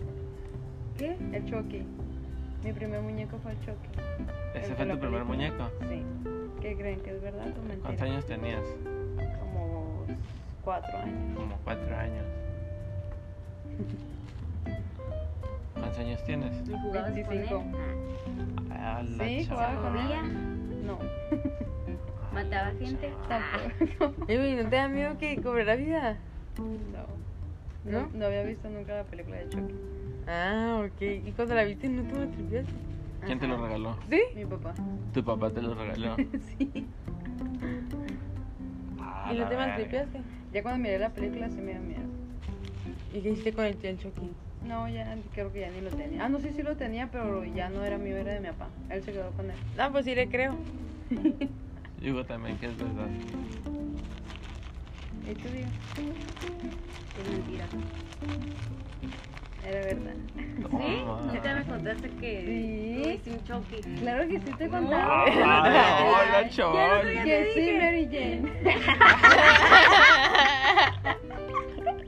D: ¿Qué? El Chucky. Mi primer muñeco fue el Chucky.
B: ¿Ese
D: El
B: fue
D: de
B: tu
D: la
B: primer
D: película.
B: muñeco?
D: Sí. ¿Qué creen? ¿Que es verdad o mentira?
B: ¿Cuántos años tenías?
D: Como cuatro años.
B: Como cuatro años. ¿Cuántos años tienes?
C: ¿Y jugabas con él?
D: 25.
C: Ah,
B: A la
D: Sí, jugaba Ah, con
B: chaval.
C: ¿Corría?
D: No,
B: Ah.
C: ¿Mataba
D: Ah,
C: gente?
D: tampoco.
A: Ey, güey, ¿no te da miedo que cobrará vida?
D: No.
A: ¿No?
D: No había visto nunca la película de Chucky.
A: Ah, ok. ¿Y cuando la viste no te lo tripeaste?
B: ¿Quién te lo
D: Ajá.
B: regaló?
A: ¿Sí?
D: Mi papá.
B: Tu papá te lo regaló.
D: sí.
B: Ah,
A: ¿Y
B: la
A: no te
B: verga.
A: maltripeaste?
D: Ya cuando miré la película sí me dio miedo.
A: ¿Y qué hiciste con el tío Chucky?
D: No, ya creo que ya ni lo tenía. Ah, no, sí, sí lo tenía, pero ya no era mío, era de mi papá. Él se quedó con él.
A: Ah, pues sí le creo.
B: Digo también que es verdad.
D: ¿Y tú, Diego?
C: Es Ah, mentira.
D: Era verdad.
C: ¿Sí?
B: Toma.
C: Nunca me contaste que
D: Sí.
C: tuviste un choque.
D: Claro que sí te
B: Ah,
D: contaba.
B: hola, chaval.
C: ya
D: que
C: te
D: sí,
C: dije.
D: Mary Jane.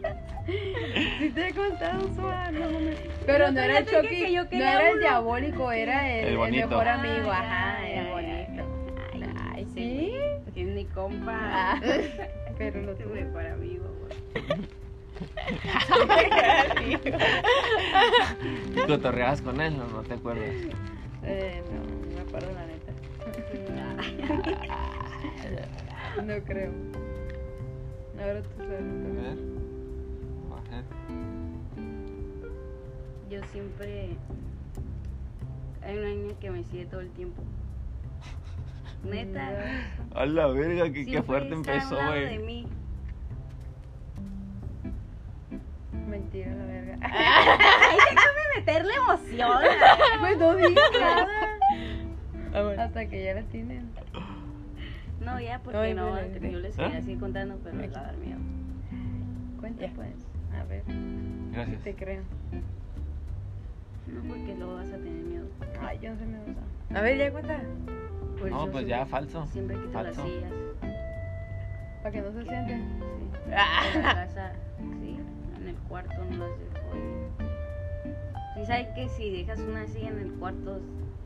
D: sí te he contado, Suárez. No, mames. Pero no
C: Yo
D: era el
C: te dije
D: Chucky,
C: que yo
D: no
C: quería
D: era el
C: uno.
D: diabólico, era el,
B: El
D: el
B: bonito.
D: mejor
C: Ah,
D: amigo.
C: ya,
D: Ajá,
C: ya,
D: el bonito.
C: Ay,
D: Ay,
C: ese
D: sí.
C: güey Es mi compa.
D: Ah, pero lo
C: Este
D: tuve.
C: güey para vivo, güey.
B: ¿Y cotorreabas con él o no te acuerdas?
D: Eh, no, no me acuerdo la neta. No creo. Ahora tú
B: A
D: sabes.
B: ver. Bajé.
C: Yo siempre. Hay una niña que me sigue todo el tiempo. Neta.
B: A la verga, que,
C: siempre
B: que fuerte
C: está a un
B: empezó,
C: lado de
B: güey.
C: mí.
D: Mentira, la verga.
C: Ay, déjame meterle emoción. a la-
D: Pues no digas nada.
A: Ah, bueno.
D: Hasta que ya la tienen.
C: No, ya,
A: Ay,
C: porque no,
A: bueno,
C: yo les
B: ¿Eh?
C: quería seguir contando, pero les va a dar miedo.
D: Cuenta
A: Ya.
D: pues. A ver,
B: Gracias.
D: te creo.
C: No, porque luego vas a tener miedo.
D: Ay, yo no sé me gusta.
A: A ver, ya cuenta.
C: Por
B: No,
C: eso
B: pues ya, falso.
C: Siempre quito las
B: Falso.
C: sillas.
D: Para que no se sienten.
C: Sí.
A: Ah.
C: En la casa, sí. En el cuarto no las dejo. Y... Sí, sabes que si dejas una silla en el cuarto,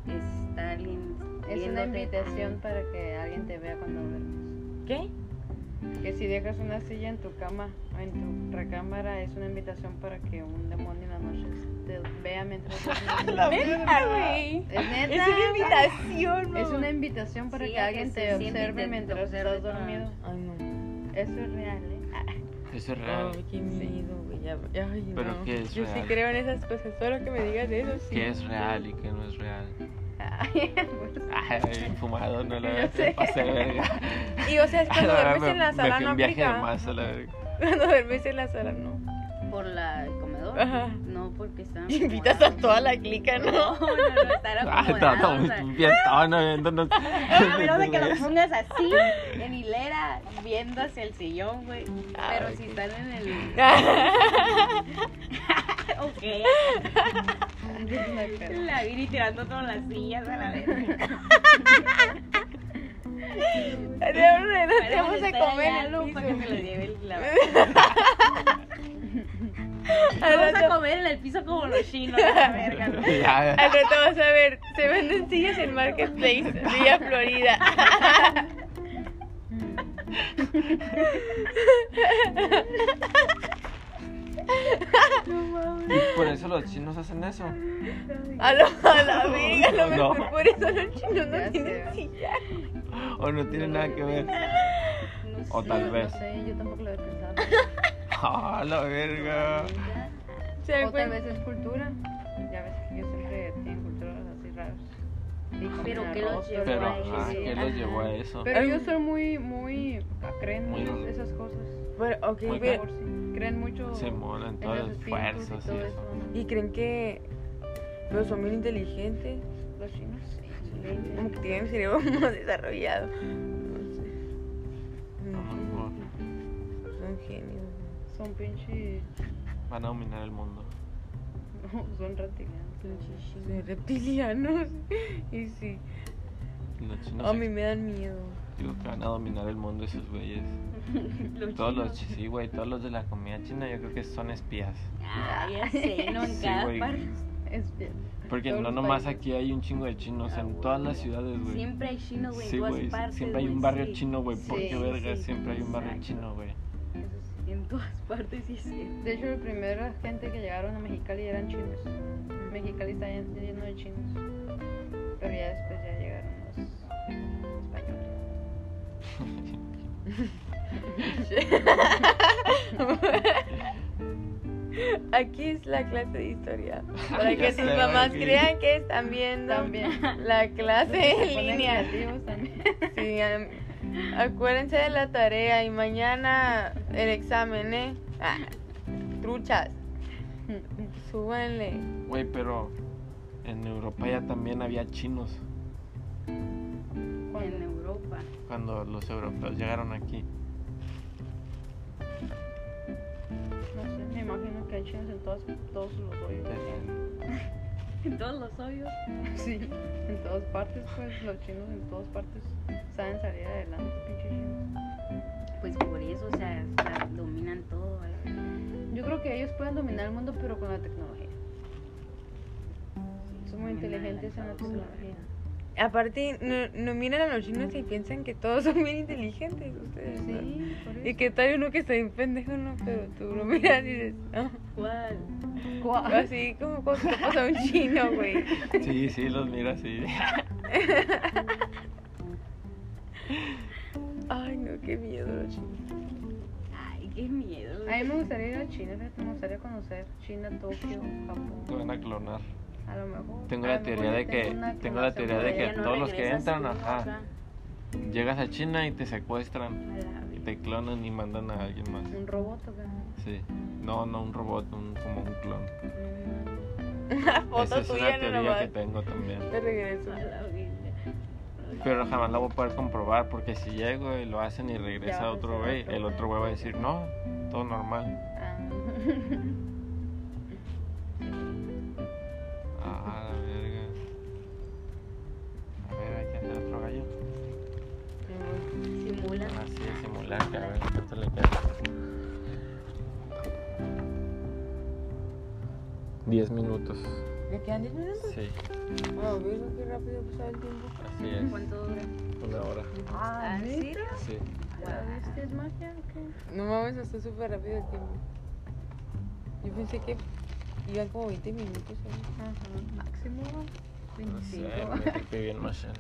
C: está alguien.
D: Es una
C: viéndote.
D: invitación para que alguien te vea cuando duermes.
A: ¿Qué?
D: Que si dejas una silla en tu cama o en tu recámara, es una invitación para que un demonio en la noche te vea mientras duermes.
A: Neta, güey.
D: Es neta.
A: Es una invitación,
D: Es una invitación para
C: Sí,
D: que
C: a que
D: alguien
C: se
D: te
C: siente y te-
D: observe
C: te
D: mientras
C: observe
D: estás
C: toda la
D: dormido.
C: noche.
A: Ay, no.
D: Eso es real, ¿eh? Ah,
B: Eso es
A: Ay,
B: real.
A: qué miedo, güey. Ya, ya, ay, no.
B: Pero que es
A: Yo sí
B: real.
A: creo en esas cosas. Solo que me digas de eso, sí.
B: Que es real y que no es real.
D: ay, pues,
B: Ay, fumado, no la
D: Yo sé.
B: verdad. Pasé de verga.
A: Y o sea, es
B: A
A: cuando
B: la verga,
A: duermes en la
B: me- me
A: sala
B: fui
A: no
B: un viaje de
A: aplica.
B: más a la verga.
A: Cuando duermes en la sala no.
C: Por la, el comedor.
A: Ajá.
C: No, porque están.
A: Invitas a toda la clica,
C: No,
A: ¿no?
C: no, no, estar
B: Ah, estaba
C: acomodados. o sea,
B: muy piantona viéndonos.
C: A menos de que los pongas así, en hilera, viendo hacia el sillón, güey.
B: Ah,
C: Pero
B: ok.
C: si están en el. Ok.
D: no hay pedo.
C: La vi tirando todas las sillas a la vez.
A: Ya, hombre, nos vamos a comer en el
C: Para que se lo
A: piso.
C: lleve el la-
A: Al
C: Vamos a
A: rato-
C: comer en el piso como los chinos, la verga. ¿no?
B: Ya,
A: al rato vas a ver, se venden sillas en Marketplace, Villa Florida.
B: y por eso los chinos hacen eso.
A: A, lo, a la verga, a lo
B: No.
A: mejor por eso los chinos no
D: Ya
A: tienen
D: sé.
A: silla.
B: O no tiene nada que ver.
C: No sé.
B: O tal
D: No
B: vez.
D: sé, yo tampoco lo he pensado.
B: Ah, la verga.
A: ¿Se dan
D: O tal
A: cuenta?
D: vez es cultura. Ya ves que siempre tienen culturas así raras. Y comen
C: Pero que los
D: arroz,
C: llevó
B: Pero,
C: Ay,
B: ah,
D: tortillas.
C: sí.
B: ¿qué los llevó a eso?
D: Pero ellos son muy, muy. ah, creen
B: Muy
D: mucho
B: raro.
D: esas cosas.
A: Pero, ok,
B: Muy
A: pero-
D: Por sí. Creen mucho
B: Se molan
D: en
B: todos
D: los
B: los
D: espíritus
B: esfuerzos
D: y
B: y
D: todo
B: eso.
D: eso.
A: ¿Y creen que los son bien inteligentes?
D: Los chinos, sí.
A: Como que tienen el cerebro más desarrollado. No sé.
B: A lo mejor
A: Son genios.
D: Son pinches.
B: Van a dominar el mundo.
D: son reptilianos.
A: Son reptilianos. Y sí.
B: Y Los chinos
A: A mí
B: ex-
A: Oh, me dan miedo.
B: digo que van a dominar el mundo esos güeyes. Todos los chi- sí, güey, todos los de la comida china yo creo que son espías.
C: Ah, ya sé, no en
B: Sí,
C: cada
B: güey.
C: parte.
D: Es bien.
B: Porque
D: Todos
B: no
D: los
B: nomás
D: países.
B: aquí hay un chingo de chinos,
C: Ah,
B: en
C: güey.
B: todas las ciudades, güey.
C: Siempre hay chinos, güey, en
B: Sí,
C: todas
B: güey,
C: partes.
B: siempre hay un
C: güey,
B: barrio
C: sí.
B: chino, güey. ¿Por
D: Sí,
B: qué verga
C: sí,
B: siempre hay un barrio
C: exacto.
B: chino, güey?
C: Eso sí, En todas partes, sí, sí.
D: De hecho, la primera gente que llegaron a Mexicali eran chinos. Mexicali está llen- lleno de chinos. Pero ya después ya llegaron los españoles.
A: Aquí es la clase de historia. Para
B: Ya
A: que sus
B: sé,
A: mamás
B: aquí.
A: crean que están viendo
D: También.
A: la clase
D: Se
A: en
D: ponen
A: línea.
D: creativos también.
A: Sí, am- acuérdense de la tarea y mañana el examen, ¿eh? Ah, truchas. Súbanle.
B: Güey, pero en Europa ya también había chinos
C: en Europa.
B: cuando los europeos llegaron aquí.
D: No sé, me imagino que hay chinos en todos, todos los hoyos.
C: En todos los hoyos.
D: Sí, en todas partes, pues los chinos en todas partes saben salir adelante, pinche chinos.
C: Pues por eso, o sea, la- dominan todo. eh. ¿verdad?
D: Yo creo que ellos pueden dominar el mundo, pero con la tecnología. Son muy
C: Dominan
D: inteligentes en la
C: avanzados,
D: tecnología.
A: Aparte, no, no miran a los chinos y piensan que todos son bien inteligentes ustedes. ¿no?
D: Sí, por eso.
A: Y que tal uno que está bien pendejo, ¿no? Pero tú lo miras y dices, "Ah".
C: ¿Cuál?
A: Así como cuando topas a un chino, güey.
B: Sí, sí, los mira así.
A: Ay, no, qué miedo los chinos.
C: Ay, qué miedo.
D: A mí me gustaría ir a China, fíjate, me gustaría conocer China, Tokio,
B: Te
D: Japón.
B: van a clonar.
D: A lo mejor.
B: Tengo
D: a
B: la
D: lo
B: teoría
D: mejor
B: de
D: yo
B: que-
D: una
B: tengo la
D: clonación
B: teoría de
D: por
B: que
D: ahí.
C: Ya no
B: todos los que
C: regresas
B: entran,
C: uno
B: ajá.
C: acá.
B: Llegas a China y te secuestran.
C: A la
B: Y
C: vez.
B: te clonan y mandan a alguien más.
D: Un robot o qué?
B: Sí. No, no un robot, un- como un clon.
A: Una
B: Esa
A: foto
B: es una
A: tuya no
B: teoría que
A: nomás.
B: tengo también.
A: De regreso.
C: A la vez.
B: Pero jamás la voy a poder comprobar porque si llego y lo hacen y
D: Ya
B: regresa
D: vas a
B: otro
D: ser
B: güey,
D: otro.
B: el otro güey va a decir, no, todo normal.
D: Ah.
B: Ah, la verga. A ver, hay que hacer otro gallo.
C: Simulan.
B: Así de simular, que a ver cuánto le queda. 10 minutos.
A: ¿Le quedan 10 minutos?
B: Sí,
A: Ah, mira qué rápido pasaba el tiempo.
B: así es.
C: ¿Cuánto dura?
B: Una hora.
D: Ah,
C: ¿En
D: ¿sí?
C: serio?
B: Sí.
D: Ah, ¿Este es magia o qué?
A: No mames, está súper rápido el tiempo. Yo pensé que iban como 20 minutos. ¿eh? ¿sabes?
D: Ajá, máximo
B: No sé,
D: 25.
B: me tripié bien machín.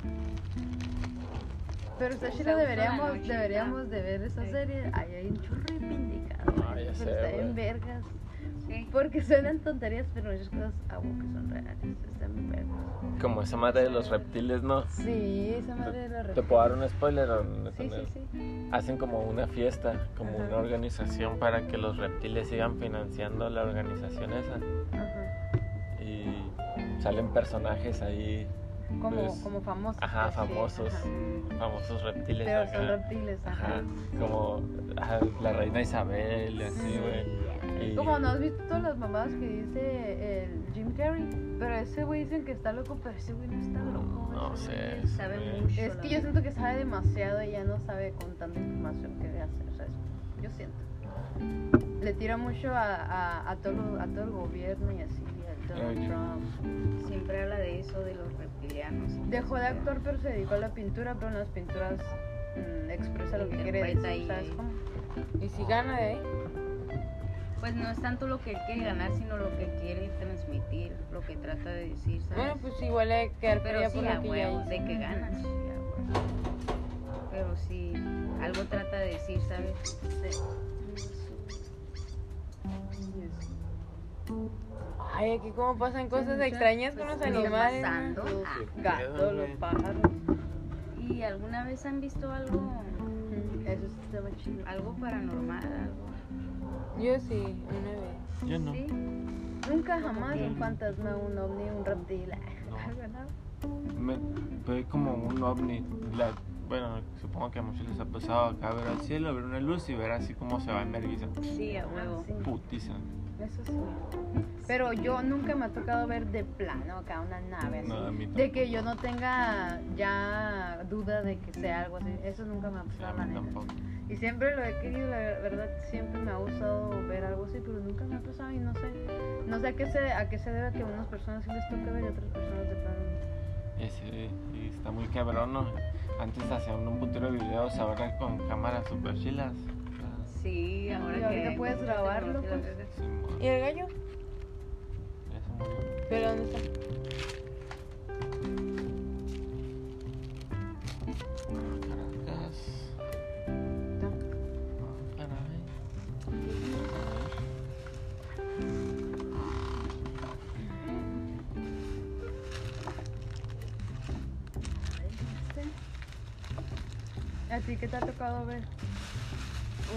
D: Pero está
C: O sea,
D: chido,
C: una
D: deberíamos,
C: noche,
D: deberíamos de ver esa
C: Sí.
D: serie. Ahí hay un chorro de pendejadas.
B: Ah, ya sé,
D: pero está
B: güey.
D: en vergas.
C: Ah, Sí.
D: Porque suenan tonterías, pero muchas cosas a vos que son reales. Están en vergas.
B: Como esa madre de los reptiles, ¿no?
D: Sí, esa madre de los
B: Te puedo dar un spoiler. o no?
D: Sí, sí, sí.
B: Hacen como una fiesta, como
A: Ajá.
B: una organización para que los reptiles sigan financiando la organización esa.
D: Ajá.
B: Y salen personajes ahí,
D: Como,
B: Pues,
D: como famosos.
B: ajá,
D: pues, sí,
B: famosos.
D: ajá.
B: famosos reptiles.
D: Pero
B: acá.
D: son reptiles, ajá.
B: Ajá, como ajá, la reina Isabel y así, güey. Y-
D: Como no has visto todas las mamadas que dice el Jim Carrey. Pero ese güey dicen que está loco, pero ese güey no está loco.
B: No
D: ese güey.
B: sé.
C: Él sabe
B: güey.
C: mucho.
D: Es que yo siento que sabe demasiado y ya no sabe con tanta información que debe hacer. o sea, es- yo siento. Le tira mucho a, a, a todo, a todo el gobierno y así, a Donald
B: Ay.
D: Trump.
C: Siempre habla de eso, de los reptilianos.
D: Dejó de actuar, pero se dedicó a la pintura, pero en las pinturas mm, expresa lo que quiere
C: Interpreta
D: decir,
C: y-
D: ¿sabes cómo?
A: Y si gana, ¿eh?
C: Pues no es tanto lo que él quiere ganar, sino lo que quiere transmitir, lo que trata de decir, ¿sabes?
A: Bueno, pues igual hay que quedar
C: Pero
A: feria
C: sí,
A: por
C: a
A: lo que ya
C: huevo,
A: hizo.
C: de que ganas. sí, a huevo. Pero sí, algo trata de decir, ¿sabes?
A: Ay, aquí como pasan cosas
D: muchas
A: extrañas con los
C: cosas
A: animales.
C: pues, pasando.
A: ¿no?
C: Ah,
D: Gatos, los pájaros.
C: ¿Y alguna vez han visto algo,
D: Mm, Eso está muy chido.
C: algo paranormal? Algo?
A: Yo sí, una vez.
B: Yo no.
C: ¿Sí?
D: Nunca jamás
B: que?
D: un fantasma, un ovni, un reptil.
B: No.
D: algo, ¿no?
B: Me ve como un ovni. La- bueno, supongo que a muchos les ha pasado acá ver al cielo, ver una luz y ver así como se va en vergüenza.
C: Sí, a
A: Ah,
C: huevo.
D: Ah, Sí.
B: Putiza.
D: Eso sí. Pero yo nunca me ha tocado ver de plano acá una nave así.
B: No, a mí tampoco.
D: De que yo no tenga ya duda de que sea algo así. Eso nunca me ha
B: Sí, a
D: pasado. la
B: mí
D: neta.
B: tampoco.
D: Y siempre lo he querido, la verdad, siempre me ha gustado ver algo así, pero nunca me ha pasado y no sé. No sé a qué se, a qué se debe que a unas personas sí les toca ver y a otras personas de plano. no.
B: Ese, y está muy cabrón, ¿no? Antes hacían un puntero de videos, ahora con cámaras super chilas. Ah,
C: Sí, ahora
D: Y
C: que
D: ahorita
C: hay
D: puedes
C: mucha
D: grabarlo,
A: pues,
C: tecnología,
B: sí, mo-
A: ¿Y el gallo?
B: ya se murió.
A: ¿Pero dónde está?
B: Caracas. Ah, caray.
D: ¿A ti qué te ha tocado ver?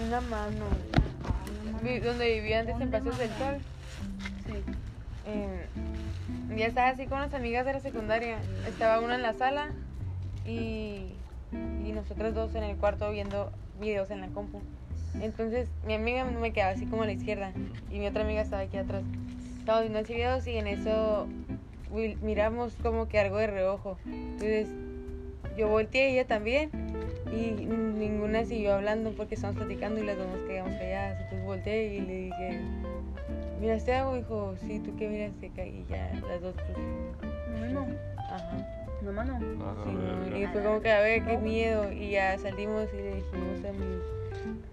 A: Una mano.
D: Una
A: Vi- Donde vivía antes en
C: ¿Dónde,
A: Paseos del
C: mamá?
A: Sol.
D: Sí.
A: eh, ya estaba así con las amigas de la secundaria. Estaba una en la sala y, y nosotras dos en el cuarto viendo videos en la compu. Entonces mi amiga me quedaba así como a la izquierda y mi otra amiga estaba aquí atrás. Estábamos viendo así videos y en eso vi- miramos como que algo de reojo. Entonces yo volteé y ella también y ninguna siguió hablando porque estábamos platicando y las dos nos quedamos calladas. Entonces volteé y le dije, ¿Miraste algo? Dijo, sí, ¿tú qué miraste? Ca- Y ya, las dos, pues,
D: No,
A: ajá.
D: no, no,
B: No,
D: no.
B: no,
A: Sí,
B: no,
A: no,
B: no.
A: y fue como que, a ver, qué miedo. Y ya salimos y le dijimos a mi...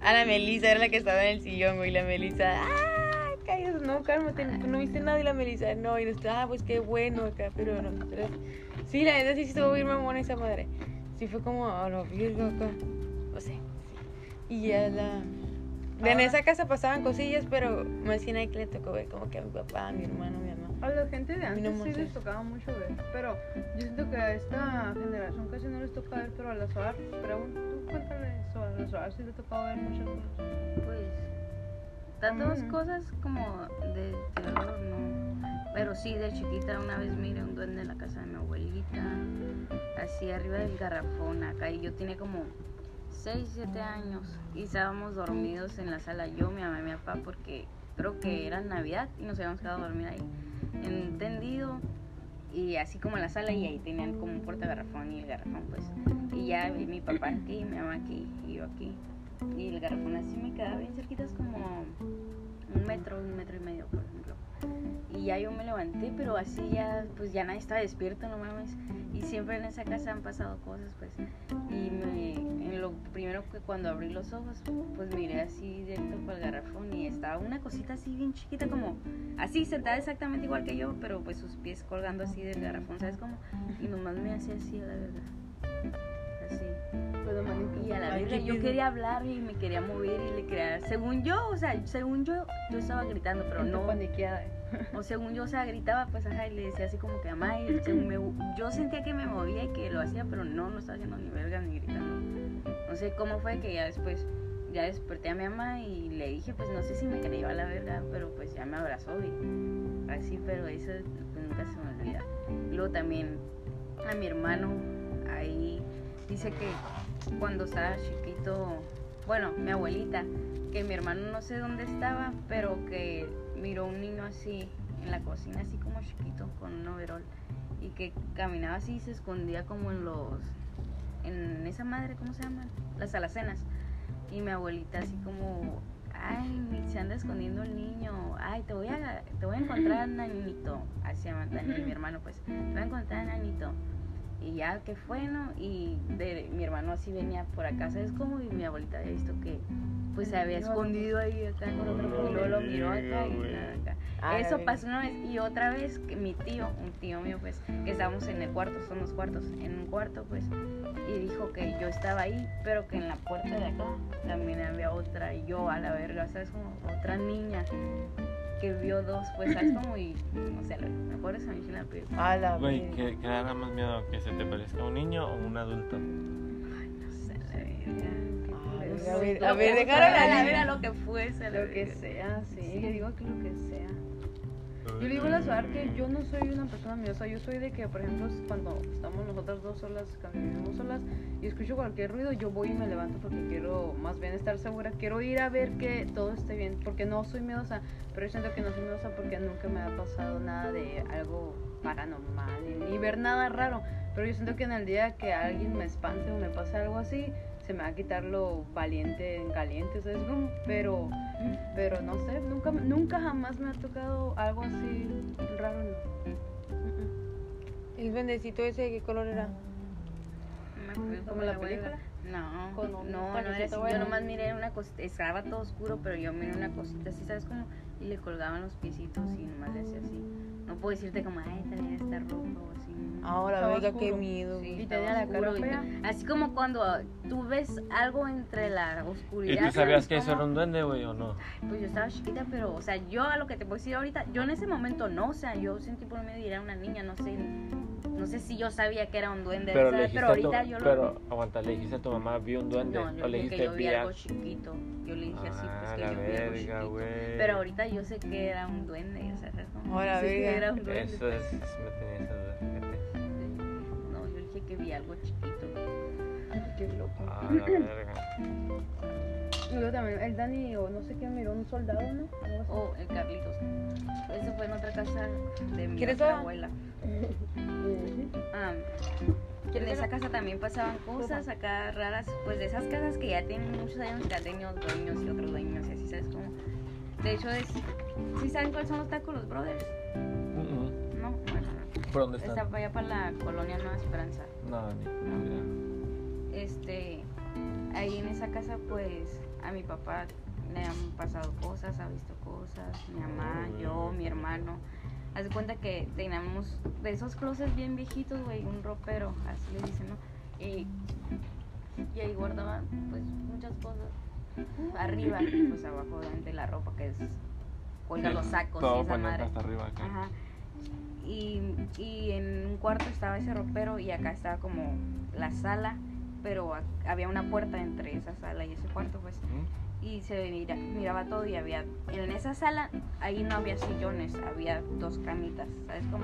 A: A la Melisa, era la que estaba en el sillón, güey, y la Melisa, ¡ah! Cállate, no, cálmate, no, no viste nada. Y la Melisa, no, y nosotros, ah, pues qué bueno acá, pero no. nosotras- sí, la neta sí se estuvo bien mamona esa madre. Sí, fue como, a lo virgo acá, no sé. Y ya la... En
D: Ahora-
A: esa casa pasaban cosillas, pero más que nadie que le tocó ver, como que a mi papá, a mi hermano, a mi mamá.
D: A la gente de antes sí
A: manches.
D: les tocaba mucho ver, pero yo siento que a esta generación casi no les toca ver, pero a la SOAR, pregunto, tú cuéntale eso, a la SOAR sí le tocaba ver muchas cosas.
C: Pues, tantas
D: Ujú.
C: cosas como de terror, no. Pero sí, de chiquita una vez miré un duende en la casa de mi abuelita, así arriba del garrafón acá, y yo tenía como 6, 7 años, y estábamos dormidos en la sala, yo, mi mamá y mi papá, porque creo que era Navidad y nos habíamos quedado a dormir ahí, entendido, y así como en la sala, y ahí tenían como un portagarrafón y el garrafón, pues, y ya vi mi papá aquí, mi mamá aquí, y yo aquí. Y el garrafón así me quedaba bien cerquitas como un metro, un metro y medio, por ejemplo. Y ya yo me levanté, pero así ya, pues ya nadie estaba despierto, no mames. Y siempre en esa casa han pasado cosas, pues. Y me, en lo primero que cuando abrí los ojos, pues miré así directo para el garrafón y estaba una cosita así bien chiquita, como así sentada exactamente igual que yo, pero pues sus pies colgando así del garrafón, ¿sabes cómo? Y nomás me hacía así, a la verdad. Así.
D: Pues lo manito.
C: Y a la
D: Ay,
C: verga,
D: qué
C: yo
D: miedo.
C: quería hablar y me quería mover y le quería. Según yo, o sea, según yo, yo estaba gritando, pero
D: Gente
C: no.
D: paniqueada. eh.
C: O según yo, o sea, gritaba, pues ajá, y le decía así como que mamá. Y según me- yo sentía que me movía y que lo hacía, pero no, no estaba haciendo ni verga ni gritando. No sé cómo fue que ya después, ya desperté a mi mamá y le dije, pues no sé si me quería llevar a la verga, pero pues ya me abrazó y así, pero eso pues, nunca se me olvida. Luego también a mi hermano, ahí dice que cuando estaba chiquito, bueno, mi abuelita, que mi hermano no sé dónde estaba, pero que miró un niño así en la cocina, así como chiquito, con un overol, y que caminaba así y se escondía como en los, en esa madre, ¿cómo se llama? Las alacenas. Y mi abuelita así como, ay, se anda escondiendo el niño, ay, te voy a, te voy a encontrar, nanito, así llama Daniel, mi hermano, pues, te voy a encontrar, nanito. Y ya que fue, ¿no? Y de- mi hermano así venía por acá, ¿sabes cómo? Y mi abuelita había visto que pues se había
D: No, no.
C: escondido ahí acá en el otro
B: No,
C: y luego lo miró acá y
B: güey.
C: nada acá.
A: Ah, la
C: Eso
D: eh,
A: verga.
C: pasó una vez y otra vez que mi tío, un tío mío pues, que estábamos en el cuarto, son los cuartos, en un cuarto pues, y dijo que yo estaba ahí, pero que en la puerta de acá también había otra, y yo a la verga, ¿sabes? Como otra niña que vio dos, pues, ¿sabes? Como y, o sea, me acuerdo esa misión la peor.
A: A la
B: Güey,
A: verga.
B: ¿qué, ¿qué dará más miedo? ¿Que se te parezca un niño o un adulto?
C: O sea, la verga.
D: Ay,
A: Pues,
D: a
A: a
D: ver,
A: ver,
C: Lo
A: a
C: que
A: ver,
C: fuera,
A: dejaron a
C: la
A: la
C: verga,
A: vera.
C: lo que fuese, la
D: Lo que
C: verga.
D: sea, sí,
C: Sí.
D: yo digo que lo que sea. Yo le digo a la SOAR que yo no soy una persona miedosa, yo soy de que, por ejemplo, cuando estamos nosotras dos solas, cuando vivimos solas, y escucho cualquier ruido, yo voy y me levanto porque quiero, más bien, estar segura, quiero ir a ver que todo esté bien, porque no soy miedosa, pero yo siento que no soy miedosa porque nunca me ha pasado nada de algo paranormal, ni, ni ver nada raro, pero yo siento que en el día que alguien me espante o me pase algo así, se me va a quitar lo valiente en caliente, ¿sabes? cómo? Pero... Pero no sé, nunca, nunca jamás me ha tocado algo así raro. no.
A: El bendecito ese, ¿de qué color era?
C: No me acuerdo
D: ¿Como
C: de
D: la
C: abuela.
D: película?
C: No,
D: Con
C: no,
D: un
C: no
D: panecito
C: era así. Yo
D: bueno.
C: nomás miré una cosita, estaba todo oscuro, pero yo miré una cosita así, ¿sabes cómo? Y le colgaban los piecitos y nomás le hacía así. No puedo decirte como, ay, también está rojo o así. ¿no?
A: Ahora,
D: Estaba
A: verga, qué
D: oscuro.
A: miedo.
C: Sí,
A: güey.
D: Y
C: estaba
D: tenía la cara
C: oscuro y-
D: fea.
C: Así como cuando ah, tú ves algo entre la
B: ¿Y
C: oscuridad.
B: tú sabías
C: ¿sabes
B: que eso
C: cómo?
B: era un duende, güey, o no?
C: Pues yo estaba chiquita, pero, o sea, yo a lo que te puedo decir ahorita, yo en ese momento no, o sea, yo sentí por miedo y era una niña, no sé, No sé si yo sabía que era un duende,
B: Pero le
C: ¿sabes?
B: dijiste
C: pero
B: a tu,
C: ahorita yo lo...
B: pero aguanta, le dijiste a tu mamá vi un duende
C: no, yo
B: o le
C: dije
B: dijiste
C: que yo vi
B: a-
C: algo chiquito. Yo le dije así, pues
B: Ah,
C: que
B: la
C: yo vi algo
B: verga,
C: chiquito.
B: güey.
C: Pero ahorita yo sé que era un duende, o sea, ¿sabes cómo?
A: Ahora,
C: Yo sé que
A: verga.
C: era un duende.
B: Eso es, me tenía esa duda, fíjate.
C: No, yo dije que vi algo chiquito.
D: Qué loco.
B: Ah, la verga.
D: Y luego también el Dani o no sé quién miró un soldado, ¿no? Algo así.
C: Oh, el Carlitos. Ese fue en otra casa de mi
A: ¿Quieres
C: otra
A: agua?
C: abuela.
D: Ujú.
C: Ah, en
A: ¿Quieres
C: esa
A: agua?
C: casa también pasaban cosas acá raras, pues de esas casas que ya tienen muchos años, que ya tenían dueños y otros dueños y así, ¿sabes cómo? De hecho, es, ¿sí saben cuáles son los tacos, los brothers?
B: Mm,
C: No, bueno, no.
B: ¿Por dónde
C: Está
B: están?
C: allá para la colonia Nueva Esperanza.
B: No, ni idea.
C: este ahí en esa casa pues a mi papá le han pasado cosas, ha visto cosas, mi mamá, yo, mi hermano. Haz de cuenta que teníamos de esos closets bien viejitos, güey, un ropero, así le dicen, ¿no? Y, y ahí guardaban pues muchas cosas arriba, y, pues abajo de la ropa que es cuelga
B: Sí,
C: los sacos y
B: Todo
C: esa
B: para
C: madre.
B: hasta arriba acá.
C: Ajá. Y, y en un cuarto estaba ese ropero y acá estaba como la sala, pero a- había una puerta entre esa sala y ese cuarto, pues.
B: Mm,
C: Y se mira- miraba todo y había... En esa sala, ahí no había sillones, había dos camitas, ¿sabes? Como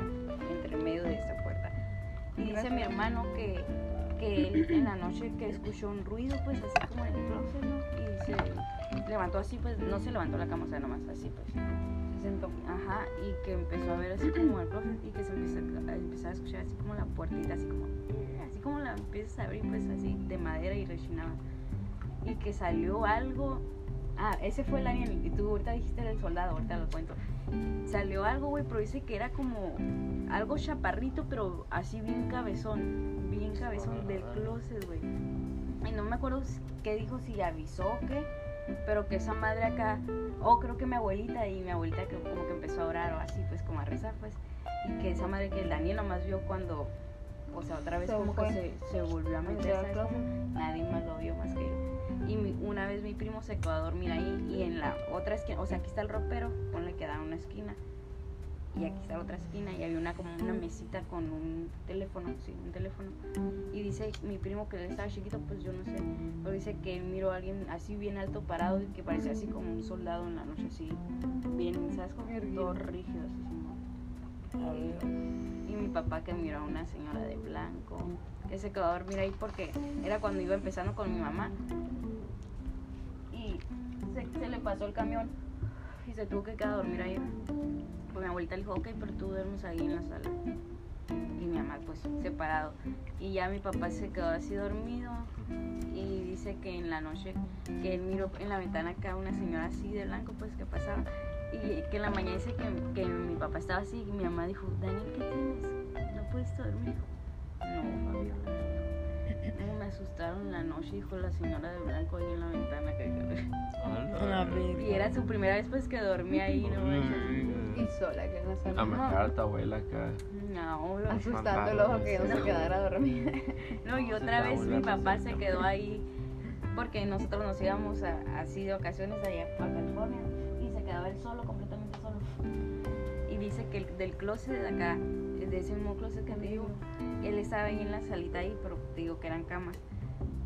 C: entre medio de esa puerta. Y dice mi hermano que, que él en la noche que escuchó un ruido, pues así como en el closet, ¿no? Y se levantó así, pues no se levantó la cama, o sea, nomás así, pues. Se sentó, ajá, y que empezó a ver así como el closet y que se empezó a, empezó a escuchar así como la puertita, así como, así como la empiezas a abrir, pues así de madera y rechinaba. Y que salió algo. Ah, ese fue el año en el que tú ahorita dijiste del soldado, ahorita lo cuento. Salió algo, güey, pero dice que era como algo chaparrito, pero así bien cabezón, bien cabezón del closet, güey. Y no me acuerdo si- qué dijo, si avisó o qué, pero que esa madre acá, oh, creo que mi abuelita, y mi abuelita que como que empezó a orar o así, pues como a rezar, pues, y que esa madre que el Daniel nomás vio cuando, o sea, otra vez
D: Se
C: como
D: fue. Ah,
C: que se, se volvió a meter,
D: Entró al
C: ¿sabes?
D: closet.
C: nadie más lo vio más que yo. Y mi- una vez mi primo se quedó a dormir ahí y en la otra esquina, o sea, aquí está el ropero, ponle que da una esquina. Y aquí está la otra esquina y había una como una mesita con un teléfono, sí, un teléfono. Y dice mi primo que él estaba chiquito, pues yo no sé, pero dice que él miró a alguien así bien alto parado y que parecía así como un soldado en la noche, así, bien, ¿sabes? Como
D: Erguido.
C: todo rígido, así, como- Y mi papá que miró a una señora de blanco, que se quedó a dormir ahí porque era cuando iba empezando con mi mamá. Y se, se le pasó el camión y se tuvo que quedar a dormir ahí. Pues mi abuelita le dijo, ok, pero tú duermes ahí en la sala. Y mi mamá, pues, separado. Y ya mi papá se quedó así dormido. Y dice que en la noche, que él miró en la ventana acá una señora así de blanco, pues, que pasaba. Y que en la mañana dice que, que mi papá estaba así. Y mi mamá dijo, Daniel, ¿qué tienes? ¿No puedes dormir? Dijo, No, Fabiola. No, me asustaron en la noche, dijo la señora de blanco ahí en la ventana. que-
B: A la
A: Una
B: verga.
A: verga.
C: Y era su primera vez, pues, que dormía ahí. No, manches.
D: Y sola que en la sala.
B: A matar a tu abuela acá.
C: no, no.
D: Asustando el ojo que no se
B: No.
D: quedara dormida.
C: No, y
B: No, se
C: otra
B: está
C: vez mi
B: burlando,
C: papá
B: sí,
C: se
B: también.
C: quedó ahí porque nosotros nos íbamos a- así de ocasiones allá a California y se quedaba él solo, completamente solo. Y dice que el- del closet de acá, de ese mismo closet que te digo, él estaba ahí en la salita ahí, pero te digo que eran camas.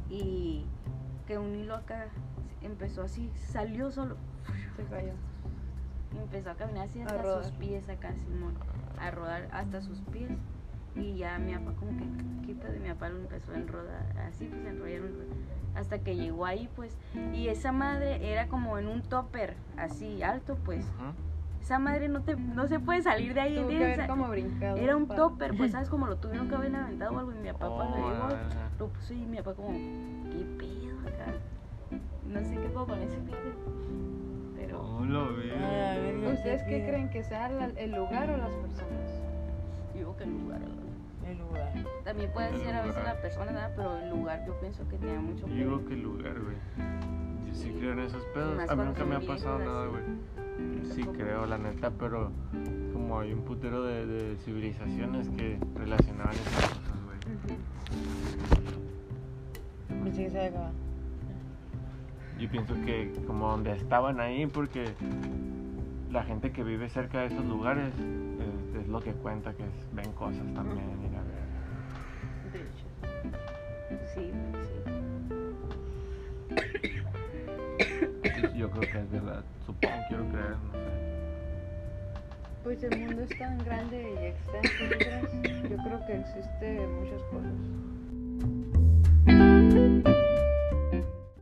C: Y que un hilo acá empezó así, salió solo,
D: Se cayó.
C: y empezó a caminar así
D: A
C: hasta
D: rodar.
C: sus pies acá, Simón, a rodar hasta sus pies. Y ya mi papá como que quita de mi papá lo empezó a enrodar, así pues enrollaron hasta que llegó ahí pues. Y esa madre era como en un topper, así alto pues.
B: Ajá.
C: Esa madre no te no se puede salir de ahí.
D: Tuvo que
C: ¿entiendes?
D: haber como brincado.
C: Era un
D: para-
C: topper, pues sabes como lo tuvieron que haber aventado o algo y mi papá cuando
B: Oh, la
C: llegó
B: verga.
C: lo puso y pues, mi papá como, ¿qué pedo acá? No sé qué puedo con ese pedo. Pero...
B: Oh, la verga.
A: Ah, la verga.
D: ¿Ustedes qué
A: Sí.
D: creen que sea la- el lugar o las personas?
C: Digo que el lugar.
A: El lugar.
C: También puede
B: El
C: ser a veces
B: lugar.
C: la persona, ¿verdad? pero el lugar yo pienso que tiene mucho
B: Yo
C: que
B: digo
C: ver.
B: que el lugar, güey. Yo sí creo en esos pedos.
C: Más
B: A mí
C: cuando
B: nunca
C: son
B: me ha
C: viejos,
B: pasado nada,
C: así.
B: güey. Sí
C: Tampoco.
B: creo, la neta, pero como hay un putero de, de civilizaciones que relacionaban esas cosas, güey.
A: Me sigue sabe acá.
B: Yo pienso que como donde estaban ahí, porque la eh, gente que vive cerca de esos lugares es, es lo que cuenta, que es- ven cosas también. y la verga. creo que es verdad. Supongo, quiero creer, no sé.
D: Pues el mundo es tan grande y extenso, ¿no crees? Yo creo que existe muchas cosas.